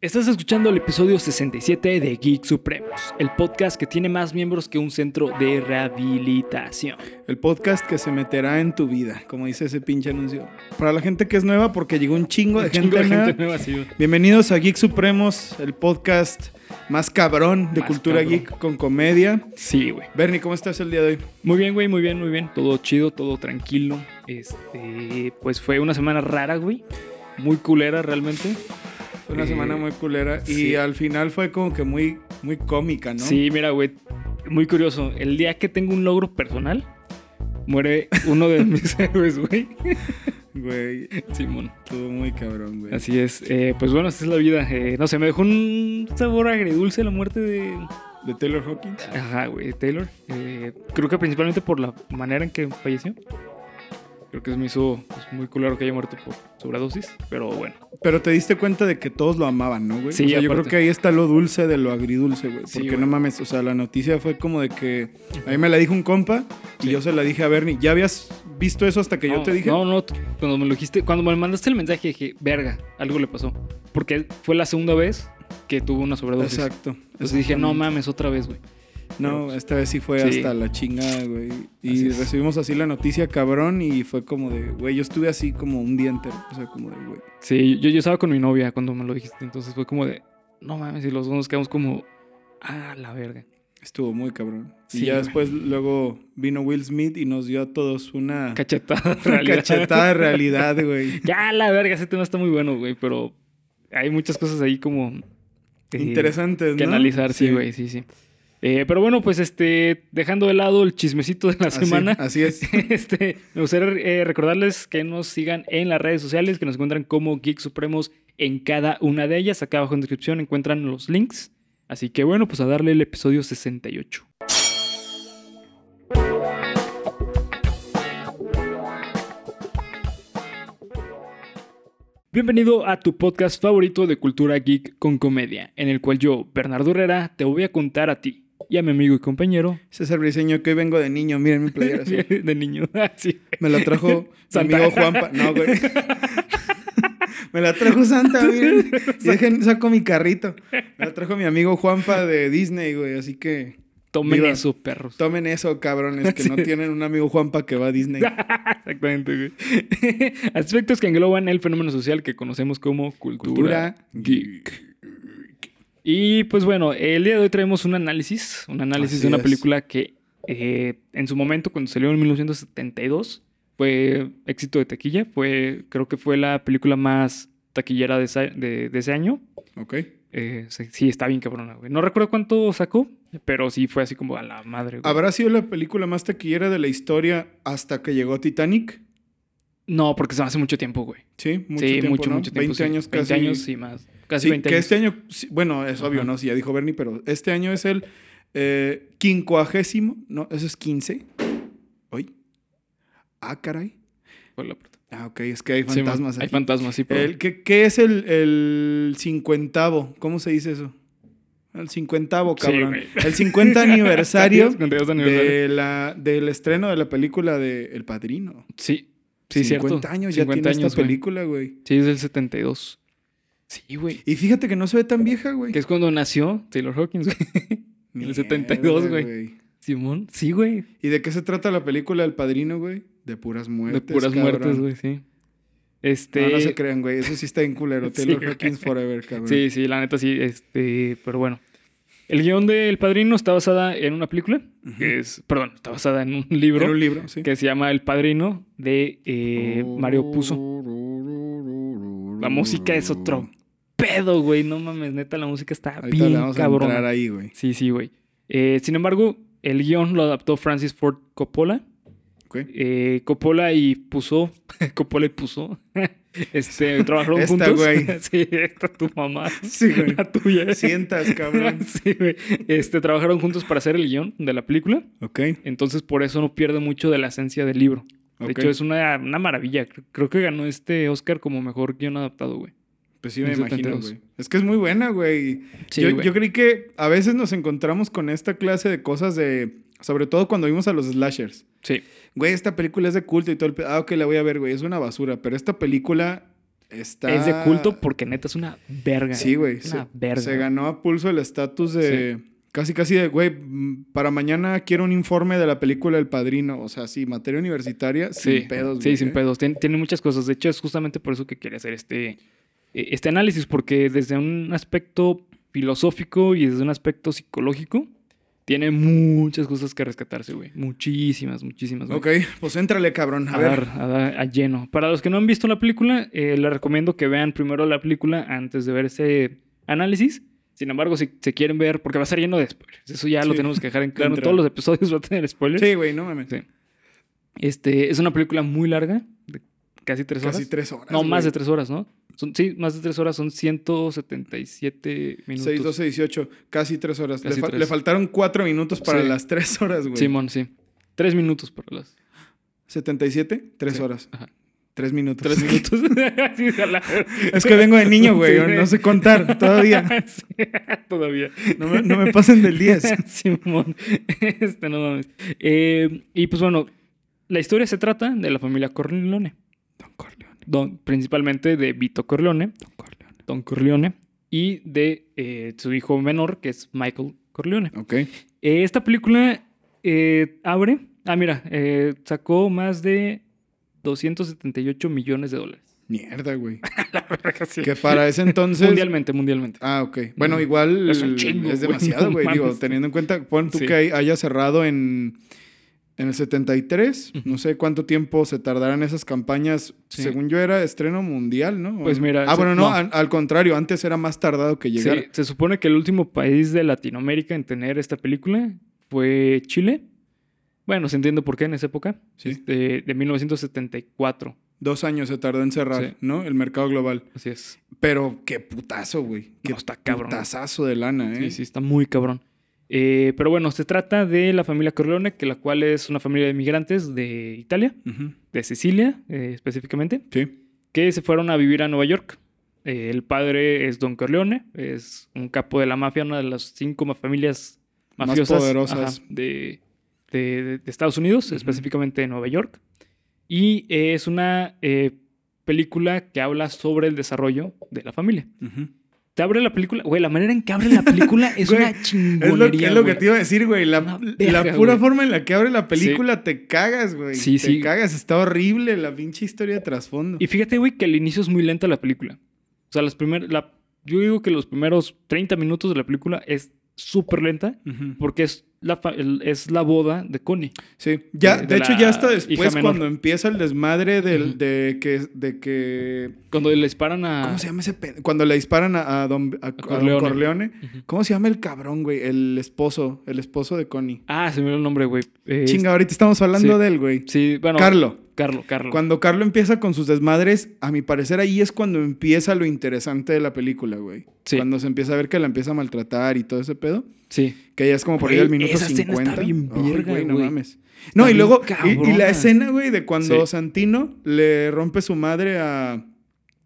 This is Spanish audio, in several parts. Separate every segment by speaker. Speaker 1: Estás escuchando el episodio 67 de Geek Supremos, el podcast que tiene más miembros que un centro de rehabilitación.
Speaker 2: El podcast que se meterá en tu vida, como dice ese pinche anuncio. Para la gente que es nueva, porque llegó un chingo de,
Speaker 1: Un chingo
Speaker 2: gente, nueva.
Speaker 1: nueva, sí, güey.
Speaker 2: Bienvenidos a Geek Supremos, el podcast más cabrón de
Speaker 1: Más
Speaker 2: cultura
Speaker 1: cabrón.
Speaker 2: geek con comedia.
Speaker 1: Sí, güey.
Speaker 2: Bernie, ¿cómo estás el día de hoy?
Speaker 1: Muy bien, güey, muy bien, muy bien. Todo chido, todo tranquilo. Este, pues fue una semana rara, güey. Muy culera realmente.
Speaker 2: Fue una
Speaker 1: Eh,
Speaker 2: semana muy culera
Speaker 1: sí.
Speaker 2: y al final fue como que muy, muy cómica, ¿no?
Speaker 1: Sí, mira, güey. Muy curioso. El día que tengo un logro personal, muere uno de mis héroes, güey.
Speaker 2: Güey,
Speaker 1: Simón.
Speaker 2: estuvo muy cabrón, güey.
Speaker 1: Así es. Eh, pues bueno, esta es la vida. Eh, no sé, me dejó un sabor agridulce la muerte de,
Speaker 2: ¿De Taylor Hawkins?
Speaker 1: Ajá, güey, Taylor. Eh, creo que principalmente por la manera en que falleció. Creo que se me hizo pues, muy culero que haya muerto por sobredosis, pero bueno.
Speaker 2: Pero te diste cuenta de que todos lo amaban, ¿no, güey?
Speaker 1: Sí,
Speaker 2: o sea, yo
Speaker 1: aparte.
Speaker 2: creo que ahí está lo dulce de lo agridulce, güey.
Speaker 1: Sí,
Speaker 2: porque
Speaker 1: güey.
Speaker 2: no mames, o sea, la noticia fue como de que a mí me la dijo un compa y
Speaker 1: Sí.
Speaker 2: yo se la dije a Bernie. ¿Ya habías visto eso hasta que yo
Speaker 1: No,
Speaker 2: te dije?
Speaker 1: No, no, tú- cuando me lo dijiste, cuando me mandaste el mensaje dije, verga, algo le pasó. Porque fue la segunda vez que tuvo una sobredosis.
Speaker 2: Exacto.
Speaker 1: Entonces dije, no
Speaker 2: Exactamente.
Speaker 1: mames, otra vez, güey.
Speaker 2: No, esta vez sí fue
Speaker 1: Sí.
Speaker 2: hasta la chingada, güey.
Speaker 1: Así
Speaker 2: Y
Speaker 1: es.
Speaker 2: recibimos así la noticia, cabrón, y fue como de, güey, yo estuve así como un día entero. O sea, como de, güey.
Speaker 1: Sí, yo, yo estaba con mi novia cuando me lo dijiste, entonces fue como de, no mames, y los dos nos quedamos como, ah, la verga.
Speaker 2: Estuvo muy cabrón.
Speaker 1: Sí,
Speaker 2: y ya
Speaker 1: güey.
Speaker 2: después luego vino Will Smith y nos dio a todos una,
Speaker 1: Cachetada. de
Speaker 2: una
Speaker 1: realidad.
Speaker 2: cachetada de realidad, güey.
Speaker 1: Ya, la verga, ese tema está muy bueno, güey, pero hay muchas cosas ahí como... eh,
Speaker 2: Interesantes,
Speaker 1: Que
Speaker 2: ¿no?
Speaker 1: analizar, sí, güey, sí, sí. Eh, pero bueno, pues este, dejando de lado el chismecito de la
Speaker 2: Ah, Así-
Speaker 1: semana,
Speaker 2: Así, es.
Speaker 1: este, me gustaría eh, recordarles que nos sigan en las redes sociales, que nos encuentran como Geek Supremos en cada una de ellas. Acá abajo en descripción encuentran los links. Así que bueno, pues a darle el episodio 68. Bienvenido a tu podcast favorito de cultura geek con comedia, en el cual yo, Bernardo Herrera, te voy a contar a ti y a mi amigo y compañero
Speaker 2: César Briseño, que hoy vengo de niño. Miren mi playera azul.
Speaker 1: de niño. Ah, Sí.
Speaker 2: Me la trajo mi
Speaker 1: Santa.
Speaker 2: amigo Juanpa. No, güey. Me la trajo Santa, miren. Y dejen, saco mi carrito. Me la trajo mi amigo Juanpa de Disney, güey. Así que
Speaker 1: Tomen
Speaker 2: Viva.
Speaker 1: eso, perros.
Speaker 2: tomen eso, cabrones, que no
Speaker 1: Sí.
Speaker 2: tienen un amigo Juanpa que va a Disney.
Speaker 1: Exactamente, güey. Aspectos que engloban el fenómeno social que conocemos como cultura,
Speaker 2: Cultura
Speaker 1: geek. Y pues bueno, el día de hoy traemos un análisis, un análisis
Speaker 2: Así
Speaker 1: de una
Speaker 2: es.
Speaker 1: película que eh, en su momento, cuando salió en 1972, fue éxito de taquilla. Fue, creo que fue la película más taquillera de, esa- de- de ese año.
Speaker 2: Ok.
Speaker 1: Eh, sí, sí, está bien cabrona, güey. No recuerdo cuánto sacó, pero sí fue así como a la madre, güey.
Speaker 2: ¿Habrá sido la película más taquillera de la historia hasta que llegó Titanic?
Speaker 1: No, porque se me hace mucho tiempo, güey.
Speaker 2: Sí, mucho
Speaker 1: sí,
Speaker 2: tiempo,
Speaker 1: mucho,
Speaker 2: ¿no?
Speaker 1: mucho tiempo.
Speaker 2: 20
Speaker 1: sí.
Speaker 2: años casi.
Speaker 1: 20 años y más. Casi
Speaker 2: sí,
Speaker 1: 20
Speaker 2: que
Speaker 1: años.
Speaker 2: este año, sí, bueno, es obvio,
Speaker 1: Ajá.
Speaker 2: ¿no? Si ya dijo Bernie, pero este año es el eh, quincuagésimo, no, eso es 15. ¿Hoy? Ah, caray.
Speaker 1: Fue la puerta.
Speaker 2: Ah, ok, es que hay
Speaker 1: Sí,
Speaker 2: fantasmas
Speaker 1: Hay
Speaker 2: aquí.
Speaker 1: fantasmas, sí, pero.
Speaker 2: El- ¿qué, qué es el, el cincuentavo? ¿Cómo se dice eso? El cincuentavo,
Speaker 1: Sí,
Speaker 2: cabrón.
Speaker 1: güey.
Speaker 2: el 50 aniversario
Speaker 1: 52 aniversario.
Speaker 2: de la, del estreno de la película de El Padrino.
Speaker 1: Sí, sí, cierto.
Speaker 2: 50 años ya
Speaker 1: 50
Speaker 2: tiene
Speaker 1: años,
Speaker 2: esta
Speaker 1: güey.
Speaker 2: película, güey.
Speaker 1: Sí, es del 72. Sí, güey.
Speaker 2: Y fíjate que no se ve tan vieja, güey.
Speaker 1: Que es cuando nació Taylor Hawkins, güey. en el 72,
Speaker 2: Mierda,
Speaker 1: güey. Simón, sí, güey.
Speaker 2: ¿Y de qué se trata la película El Padrino, güey? De puras
Speaker 1: De
Speaker 2: muertes.
Speaker 1: puras
Speaker 2: cabrón.
Speaker 1: muertes, güey, sí. Este.
Speaker 2: No, no se crean, güey. Eso sí está en culero.
Speaker 1: Sí,
Speaker 2: Taylor
Speaker 1: güey.
Speaker 2: Hawkins Forever, cabrón.
Speaker 1: Sí, sí, la neta sí, este, pero bueno. El guión de El Padrino está basada en una película, que es, perdón, está basada en un libro,
Speaker 2: Era un Oh. libro, sí.
Speaker 1: que se llama El Padrino de eh, Mario Puzo. La música es otro pedo, güey, no mames, neta, la música está
Speaker 2: Mm. Ahorita
Speaker 1: bien
Speaker 2: le vamos a entrar
Speaker 1: cabrona.
Speaker 2: ahí, güey.
Speaker 1: Sí, sí, güey. Eh, sin embargo, el guión lo adaptó Francis Ford Coppola.
Speaker 2: Ok.
Speaker 1: Eh, Coppola y Puso, Coppola y Puso, este, trabajaron
Speaker 2: Esta,
Speaker 1: juntos.
Speaker 2: güey.
Speaker 1: sí, esta tu mamá.
Speaker 2: Sí, güey.
Speaker 1: La tuya.
Speaker 2: Sientas, cabrón.
Speaker 1: Sí, güey. Este, trabajaron juntos para hacer el guión de la película.
Speaker 2: Ok.
Speaker 1: Entonces, por eso no pierde mucho de la esencia del libro. De
Speaker 2: Ok.
Speaker 1: hecho, es una, una maravilla. Cre- Creo que ganó este Oscar como mejor guión adaptado, güey.
Speaker 2: Pues sí, me
Speaker 1: el
Speaker 2: imagino,
Speaker 1: 72.
Speaker 2: güey. Es que es muy buena, güey.
Speaker 1: Sí,
Speaker 2: yo,
Speaker 1: güey.
Speaker 2: yo creí que a veces nos encontramos con esta clase de cosas de... Sobre todo cuando vimos a los slashers.
Speaker 1: Sí.
Speaker 2: Güey, esta película es de culto y todo el... pe- Ah, ok, la voy a ver, güey. Es una basura. Pero esta película Está...
Speaker 1: Es de culto porque neta es una verga.
Speaker 2: Sí, güey.
Speaker 1: Una
Speaker 2: Se,
Speaker 1: verga.
Speaker 2: se ganó a pulso el estatus de. Casi, casi de, güey, mm, para mañana quiero un informe de la película El Padrino. O sea, sí, materia universitaria,
Speaker 1: Sí,
Speaker 2: sin pedos,
Speaker 1: Sí,
Speaker 2: güey,
Speaker 1: sin
Speaker 2: ¿eh?
Speaker 1: pedos. Tien- tiene muchas cosas. De hecho, es justamente por eso que quería hacer este, eh, este análisis, porque desde un aspecto filosófico y desde un aspecto psicológico, tiene muchas cosas que rescatarse, güey. Muchísimas, muchísimas. güey.
Speaker 2: Ok, pues éntrale, cabrón. A,
Speaker 1: A,
Speaker 2: ver.
Speaker 1: dar, a dar a lleno. Para los que no han visto la película, eh, les recomiendo que vean primero la película antes de ver ese análisis. Sin embargo, si se quieren ver, porque va a ser lleno de spoilers. Eso ya lo
Speaker 2: Sí.
Speaker 1: tenemos que dejar en claro. En
Speaker 2: entrada.
Speaker 1: todos los episodios va a tener spoilers.
Speaker 2: Sí, güey, no mames.
Speaker 1: Sí. Este, es una película muy larga, de casi tres horas.
Speaker 2: Casi tres horas.
Speaker 1: no, más de
Speaker 2: güey.
Speaker 1: tres horas, ¿no? Son, sí, más de tres horas, son 177 minutos.
Speaker 2: Seis, doce, dieciocho. Casi tres horas.
Speaker 1: Casi
Speaker 2: le, fa-
Speaker 1: tres.
Speaker 2: le faltaron cuatro minutos para
Speaker 1: Sí.
Speaker 2: las tres horas, güey.
Speaker 1: Simón, sí. Tres minutos para las
Speaker 2: 77, tres
Speaker 1: Sí,
Speaker 2: horas.
Speaker 1: ajá.
Speaker 2: Tres minutos.
Speaker 1: tres minutos. Sí, ojalá.
Speaker 2: es que vengo de niño, güey.
Speaker 1: Sí.
Speaker 2: No sé contar todavía.
Speaker 1: Sí, todavía.
Speaker 2: No me, no me pasen del 10.
Speaker 1: Simón. Este, no mames. Eh, y pues bueno, la historia se trata de la familia Corleone.
Speaker 2: Don Corleone,
Speaker 1: Don- principalmente de Vito Corleone,
Speaker 2: Don Corleone.
Speaker 1: Don Corleone, y de eh, su hijo menor, que es Michael Corleone.
Speaker 2: Ok.
Speaker 1: Eh, esta película eh, abre. Ah, mira, eh, sacó más de 278 millones de dólares.
Speaker 2: Mierda, güey.
Speaker 1: Sí.
Speaker 2: Que para ese entonces.
Speaker 1: mundialmente, mundialmente.
Speaker 2: Ah, ok. Bueno,
Speaker 1: Mm.
Speaker 2: igual
Speaker 1: Es un chingo,
Speaker 2: es
Speaker 1: güey.
Speaker 2: demasiado,
Speaker 1: No
Speaker 2: güey. Digo,
Speaker 1: mames.
Speaker 2: teniendo en cuenta, pon tú
Speaker 1: Sí.
Speaker 2: que hay- haya cerrado en, en el 73.
Speaker 1: Ujú.
Speaker 2: No sé cuánto tiempo se tardarán esas campañas.
Speaker 1: Sí.
Speaker 2: Según yo era estreno mundial, ¿no? ¿O
Speaker 1: Pues
Speaker 2: no?
Speaker 1: mira,
Speaker 2: Ah,
Speaker 1: se-
Speaker 2: bueno, no,
Speaker 1: no.
Speaker 2: Al, al contrario, antes era más tardado que
Speaker 1: Sí,
Speaker 2: llegar.
Speaker 1: se supone que el último país de Latinoamérica en tener esta película fue Chile. Bueno, se entiende por qué en esa época.
Speaker 2: Sí.
Speaker 1: Este, de 1974.
Speaker 2: Dos años se tardó en cerrar,
Speaker 1: Sí.
Speaker 2: ¿no? El mercado global.
Speaker 1: Así es.
Speaker 2: Pero qué putazo, güey. Qué
Speaker 1: No, está cabrón.
Speaker 2: putazazo de lana, ¿eh?
Speaker 1: Sí, sí, está muy cabrón. Eh, pero bueno, se trata de la familia Corleone, que la cual es una familia de migrantes de Italia,
Speaker 2: Ujú.
Speaker 1: de Sicilia eh, específicamente.
Speaker 2: Sí.
Speaker 1: que se fueron a vivir a Nueva York. Eh, el padre es Don Corleone, es un capo de la mafia, una de las cinco ma- familias
Speaker 2: Más
Speaker 1: mafiosas
Speaker 2: poderosas.
Speaker 1: ajá, de, de- de- de Estados Unidos,
Speaker 2: Ujú.
Speaker 1: específicamente de Nueva York. Y eh, es una eh, película que habla sobre el desarrollo de la familia.
Speaker 2: Ujú.
Speaker 1: Te abre la película, güey, la manera en que abre la película es
Speaker 2: Güey,
Speaker 1: una
Speaker 2: Es lo,
Speaker 1: chingonería.
Speaker 2: es lo que
Speaker 1: güey.
Speaker 2: te iba a decir, güey. La,
Speaker 1: Una
Speaker 2: la
Speaker 1: verga,
Speaker 2: pura
Speaker 1: güey.
Speaker 2: forma en la que abre la película te cagas, güey.
Speaker 1: Sí,
Speaker 2: te
Speaker 1: sí.
Speaker 2: cagas. Está horrible la pinche historia de trasfondo.
Speaker 1: Y fíjate, güey, que al inicio es muy lenta la película. O sea, las primer, la, yo digo que los primeros 30 minutos de la película es súper lenta.
Speaker 2: Ujú.
Speaker 1: Porque es la, fa- el- es la boda de Connie.
Speaker 2: Sí. Ya,
Speaker 1: de-
Speaker 2: de,
Speaker 1: de
Speaker 2: hecho,
Speaker 1: la
Speaker 2: ya hasta
Speaker 1: hija
Speaker 2: después
Speaker 1: menor.
Speaker 2: cuando empieza el desmadre del,
Speaker 1: Ujú.
Speaker 2: de que... De que
Speaker 1: Cuando le disparan a.
Speaker 2: ¿Cómo se llama ese pe- Cuando le disparan a, a don, a- a don
Speaker 1: Corleone.
Speaker 2: Corleone.
Speaker 1: Ujú.
Speaker 2: ¿Cómo se llama el cabrón, güey? El esposo. El esposo de Connie.
Speaker 1: Ah, se me olvidó el nombre, güey. Eh,
Speaker 2: Chinga, ahorita estamos hablando
Speaker 1: sí.
Speaker 2: de él, güey.
Speaker 1: Sí, bueno.
Speaker 2: Carlo.
Speaker 1: Carlo, Carlo.
Speaker 2: Cuando Carlo empieza con sus desmadres, a mi parecer ahí es cuando empieza lo interesante de la película, güey.
Speaker 1: Sí.
Speaker 2: Cuando se empieza a ver que la empieza a maltratar y todo ese pedo.
Speaker 1: Sí.
Speaker 2: Que ya es como por ahí
Speaker 1: Güey,
Speaker 2: al minuto
Speaker 1: esa escena
Speaker 2: 50.
Speaker 1: está bien
Speaker 2: Ay,
Speaker 1: verga,
Speaker 2: no
Speaker 1: güey.
Speaker 2: mames. No,
Speaker 1: Está
Speaker 2: y
Speaker 1: bien
Speaker 2: luego. y- Y,
Speaker 1: cabrona.
Speaker 2: la escena, güey, de cuando
Speaker 1: Sí.
Speaker 2: Santino le rompe su madre a,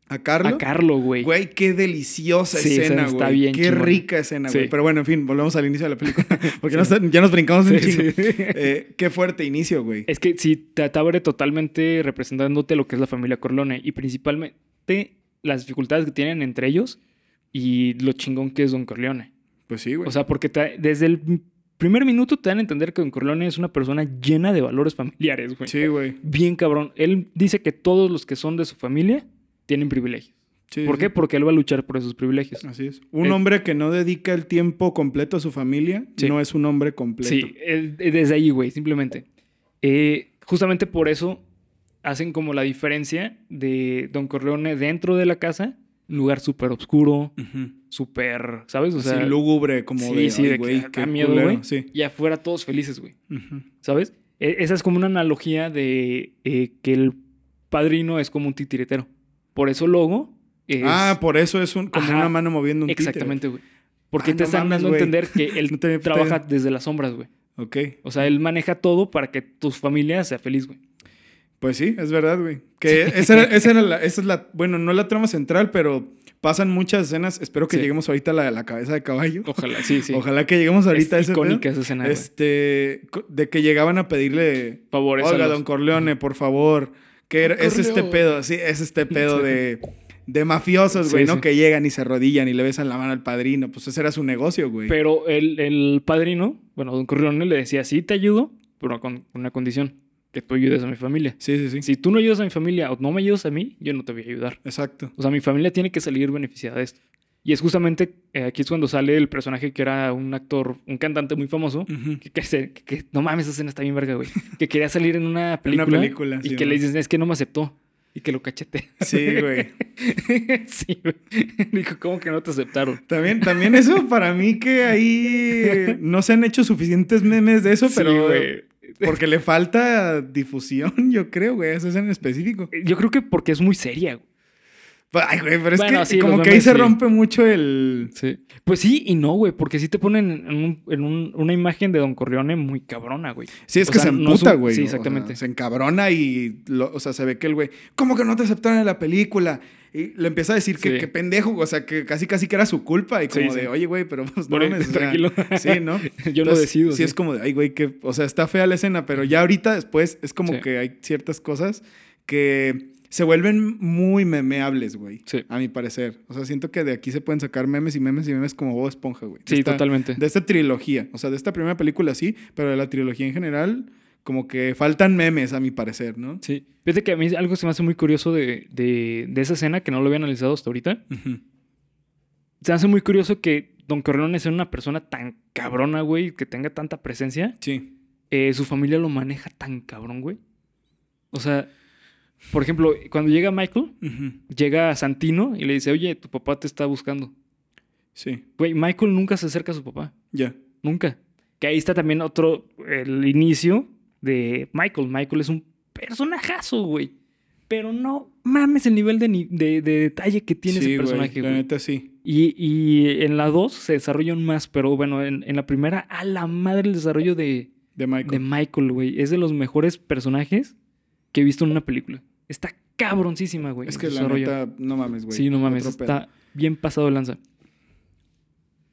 Speaker 2: a Carlo.
Speaker 1: A Carlo, güey.
Speaker 2: Güey, qué deliciosa
Speaker 1: Sí,
Speaker 2: escena,
Speaker 1: esa
Speaker 2: güey.
Speaker 1: está bien
Speaker 2: qué
Speaker 1: chingona.
Speaker 2: rica escena, güey.
Speaker 1: Sí.
Speaker 2: Pero bueno, en fin, volvemos al inicio de la película. Porque nos- ya nos brincamos un
Speaker 1: Sí,
Speaker 2: chingo.
Speaker 1: sí. Eh,
Speaker 2: Eh, qué fuerte inicio, güey.
Speaker 1: Es que sí, te te abre totalmente representándote lo que es la familia Corleone. Y principalmente las dificultades que tienen entre ellos y lo chingón que es Don Corleone.
Speaker 2: Pues sí, güey.
Speaker 1: O sea, porque te- desde el primer minuto te dan a entender que Don Corleone es una persona llena de valores familiares, güey.
Speaker 2: sí, güey.
Speaker 1: Bien cabrón. Él dice que todos los que son de su familia tienen privilegios.
Speaker 2: Sí,
Speaker 1: ¿Por
Speaker 2: sí.
Speaker 1: qué? Porque él va a luchar por esos privilegios.
Speaker 2: Así es. Un
Speaker 1: Eh,
Speaker 2: hombre que no dedica el tiempo completo a su familia
Speaker 1: Sí.
Speaker 2: no es un hombre completo.
Speaker 1: Sí, el- desde ahí, güey, simplemente. Eh, justamente por eso hacen como la diferencia de Don Corleone dentro de la casa, un lugar súper oscuro,
Speaker 2: Ujú.
Speaker 1: súper, ¿sabes? O
Speaker 2: Así
Speaker 1: sea,
Speaker 2: lúgubre, como
Speaker 1: sí,
Speaker 2: de,
Speaker 1: sí,
Speaker 2: "Ay,
Speaker 1: de
Speaker 2: güey,
Speaker 1: que
Speaker 2: qué
Speaker 1: da miedo,
Speaker 2: culero".
Speaker 1: güey.
Speaker 2: Sí.
Speaker 1: Y afuera todos felices, güey,
Speaker 2: Ujú.
Speaker 1: ¿sabes? E- esa es como una analogía de eh, que el padrino es como un titiretero. Por eso Logo es...
Speaker 2: Ah, por eso es un, como
Speaker 1: Ajá.
Speaker 2: una mano moviendo un títere.
Speaker 1: Exactamente, güey. Porque
Speaker 2: Ah,
Speaker 1: te
Speaker 2: no
Speaker 1: están
Speaker 2: mames,
Speaker 1: dando a
Speaker 2: güey.
Speaker 1: entender que él
Speaker 2: No tenía puta
Speaker 1: trabaja
Speaker 2: idea.
Speaker 1: desde las sombras, güey.
Speaker 2: Ok.
Speaker 1: O sea, él maneja todo para que tu familia sea feliz, güey.
Speaker 2: Pues sí, es verdad, güey. Que esa, era, esa era la, esa es la, bueno, no la trama central, pero pasan muchas escenas. Espero que
Speaker 1: Sí.
Speaker 2: lleguemos ahorita a la de la cabeza de caballo.
Speaker 1: Ojalá, sí, sí.
Speaker 2: Ojalá que lleguemos ahorita
Speaker 1: es
Speaker 2: a ese pedo.
Speaker 1: icónica esa escena, güey.
Speaker 2: Este, co- de que llegaban a pedirle
Speaker 1: Favores a
Speaker 2: Oiga,
Speaker 1: los-
Speaker 2: don Corleone, por favor. Que era- es este
Speaker 1: Corleone.
Speaker 2: pedo, sí, es este pedo de. de mafiosos,
Speaker 1: Sí,
Speaker 2: güey, ¿no?
Speaker 1: sí.
Speaker 2: Que llegan y se arrodillan y le besan la mano al padrino. Pues ese era su negocio, güey.
Speaker 1: Pero el, el padrino, bueno, don Corleone le decía, sí, te ayudo, pero con con una condición, que tú ayudes a mi familia.
Speaker 2: Sí, sí, sí,
Speaker 1: Si tú no ayudas a mi familia o no me ayudas a mí, yo no te voy a ayudar.
Speaker 2: Exacto.
Speaker 1: O sea, mi familia tiene que salir beneficiada de esto. Y es justamente eh, aquí es cuando sale el personaje que era un actor, un cantante muy famoso,
Speaker 2: Ujú.
Speaker 1: que, que se- que- que- no mames, esa escena está bien verga, güey. Que quería salir en una
Speaker 2: En
Speaker 1: película,
Speaker 2: Una película.
Speaker 1: y
Speaker 2: sí,
Speaker 1: que le
Speaker 2: güey.
Speaker 1: dicen, es que no me aceptó. Y que lo cachete.
Speaker 2: Sí, güey.
Speaker 1: sí, güey. Dijo, ¿cómo que no te aceptaron?
Speaker 2: También, también eso para mí que ahí no se han hecho suficientes memes de eso,
Speaker 1: Sí,
Speaker 2: pero
Speaker 1: güey.
Speaker 2: porque le falta difusión, yo creo, güey, eso es en específico.
Speaker 1: Yo creo que porque es muy seria, güey.
Speaker 2: Ay, güey, pero es
Speaker 1: Bueno,
Speaker 2: que
Speaker 1: sí,
Speaker 2: como
Speaker 1: los
Speaker 2: que ahí
Speaker 1: memes,
Speaker 2: se
Speaker 1: sí.
Speaker 2: rompe mucho el...
Speaker 1: Sí. Pues sí y no, güey, porque sí te ponen en, un- en un- una imagen de Don Corleone muy cabrona, güey.
Speaker 2: Sí, es
Speaker 1: O
Speaker 2: que
Speaker 1: sea,
Speaker 2: se
Speaker 1: no es
Speaker 2: emputa,
Speaker 1: un-
Speaker 2: güey.
Speaker 1: sí,
Speaker 2: o sea,
Speaker 1: exactamente.
Speaker 2: se encabrona y, lo- o sea, se ve que el güey, ¿cómo que no te aceptaron en la película? Y le empieza a decir que,
Speaker 1: Sí.
Speaker 2: que pendejo, o sea, que casi casi que era su culpa y
Speaker 1: Sí,
Speaker 2: como
Speaker 1: sí.
Speaker 2: de, oye, güey, pero pues no
Speaker 1: Por-
Speaker 2: mames, o sea,
Speaker 1: tranquilo.
Speaker 2: Sí, ¿no?
Speaker 1: Yo no
Speaker 2: Entonces,
Speaker 1: decido.
Speaker 2: Sí,
Speaker 1: sí.
Speaker 2: es como de, ay, güey, que, o sea, está fea la escena, pero ya ahorita después es como
Speaker 1: Sí.
Speaker 2: que hay ciertas cosas que se vuelven muy memeables, güey.
Speaker 1: Sí.
Speaker 2: A mi parecer. O sea, siento que de aquí se pueden sacar memes y memes y memes como Bob Esponja, güey. De
Speaker 1: Sí,
Speaker 2: esta-
Speaker 1: totalmente.
Speaker 2: De esta trilogía. O sea, de esta primera película sí, pero de la trilogía en general, como que faltan memes, a mi parecer, ¿no?
Speaker 1: Sí. Fíjate que a mí algo se me hace muy curioso de, de- de esa escena que no lo había analizado hasta ahorita.
Speaker 2: Ujú.
Speaker 1: Se me hace muy curioso que Don Corleone sea una persona tan cabrona, güey, que tenga tanta presencia.
Speaker 2: Sí.
Speaker 1: eh, su familia lo maneja tan cabrón, güey. O sea, por ejemplo, cuando llega Michael,
Speaker 2: Ujú.
Speaker 1: llega Santino y le dice, oye, tu papá te está buscando.
Speaker 2: Sí.
Speaker 1: Güey, Michael nunca se acerca a su papá.
Speaker 2: Ya.
Speaker 1: Nunca. Que ahí está también otro, el inicio de Michael. Michael es un personajazo, güey. Pero no mames el nivel de, ni- de- de detalle que tiene
Speaker 2: Sí,
Speaker 1: ese personaje,
Speaker 2: La
Speaker 1: güey.
Speaker 2: neta sí.
Speaker 1: Y, y en la 2 se desarrollan más, pero bueno, en, en la primera, a la madre el desarrollo de, de
Speaker 2: De Michael.
Speaker 1: Michael, güey. Es de los mejores personajes que he visto en una película. Está cabroncísima, güey.
Speaker 2: es
Speaker 1: el
Speaker 2: que la
Speaker 1: desarrollo.
Speaker 2: neta, no mames, güey.
Speaker 1: Sí, no mames,
Speaker 2: Otro pedo.
Speaker 1: está bien pasado de lanza.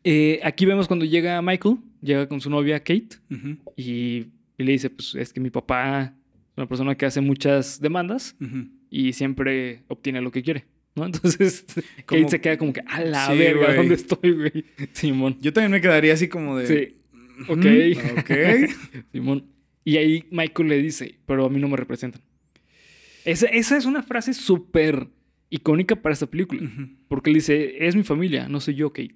Speaker 1: Eh, aquí vemos cuando llega Michael, llega con su novia Kate
Speaker 2: Ujú,
Speaker 1: y, y le dice, pues es que mi papá es una persona que hace muchas demandas
Speaker 2: ujú.
Speaker 1: y siempre obtiene lo que quiere, ¿no? Entonces
Speaker 2: Como-
Speaker 1: Kate se queda como que, a la
Speaker 2: Sí,
Speaker 1: verga,
Speaker 2: güey.
Speaker 1: ¿dónde estoy, güey? Simón.
Speaker 2: Yo también me quedaría así como de...
Speaker 1: Sí,
Speaker 2: Ujú,
Speaker 1: Ok.
Speaker 2: Ok.
Speaker 1: Simón. Y ahí Michael le dice, pero a mí no me representan. Esa, esa es una frase súper icónica para esta película.
Speaker 2: Mm.
Speaker 1: Porque él dice, es mi familia, no soy yo, Kate.